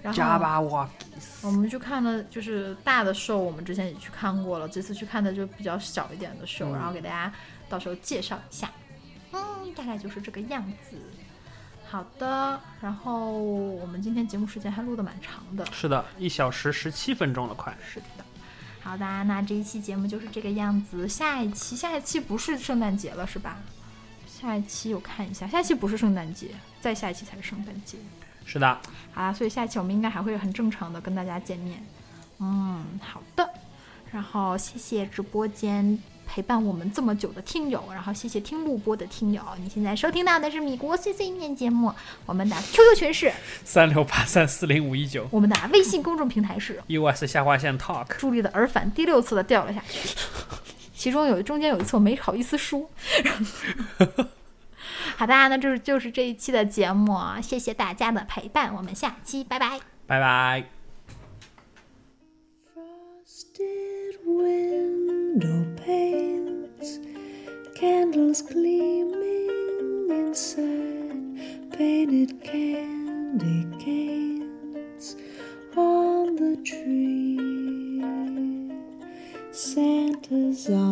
然
加
后
巴哇，
我们去看了就是大的 show，我们之前也去看过了，这次去看的就比较小一点的 show，、
嗯
然后给大家到时候介绍一下。嗯，大概就是这个样子。好的，然后我们今天节目时间还录的蛮长的，
是的，一小时十七分钟了，快。
是的。好的，那这一期节目就是这个样子。下一期，下一期不是圣诞节了是吧？下一期我看一下，下一期不是圣诞节，再下一期才是圣诞节。
是的，
好啦，所以下一期我们应该还会很正常的跟大家见面。嗯，好的。然后谢谢直播间陪伴我们这么久的听友，然后谢谢听录播的听友。你现在收听到的是米国碎碎念节目，我们的 QQ 群是，
三六八三四零五一九
我们的微信公众平台是
US 下划线 Talk，
助力的耳返第六次的掉了下去，其中有中间有一次我没好意思输。好的，那这就是这一期的节目啊，谢谢大家的陪伴，我们下期拜拜。
拜拜。
Frosted window panes, candles gleaming inside, painted candy canes on the tree. Santa's on.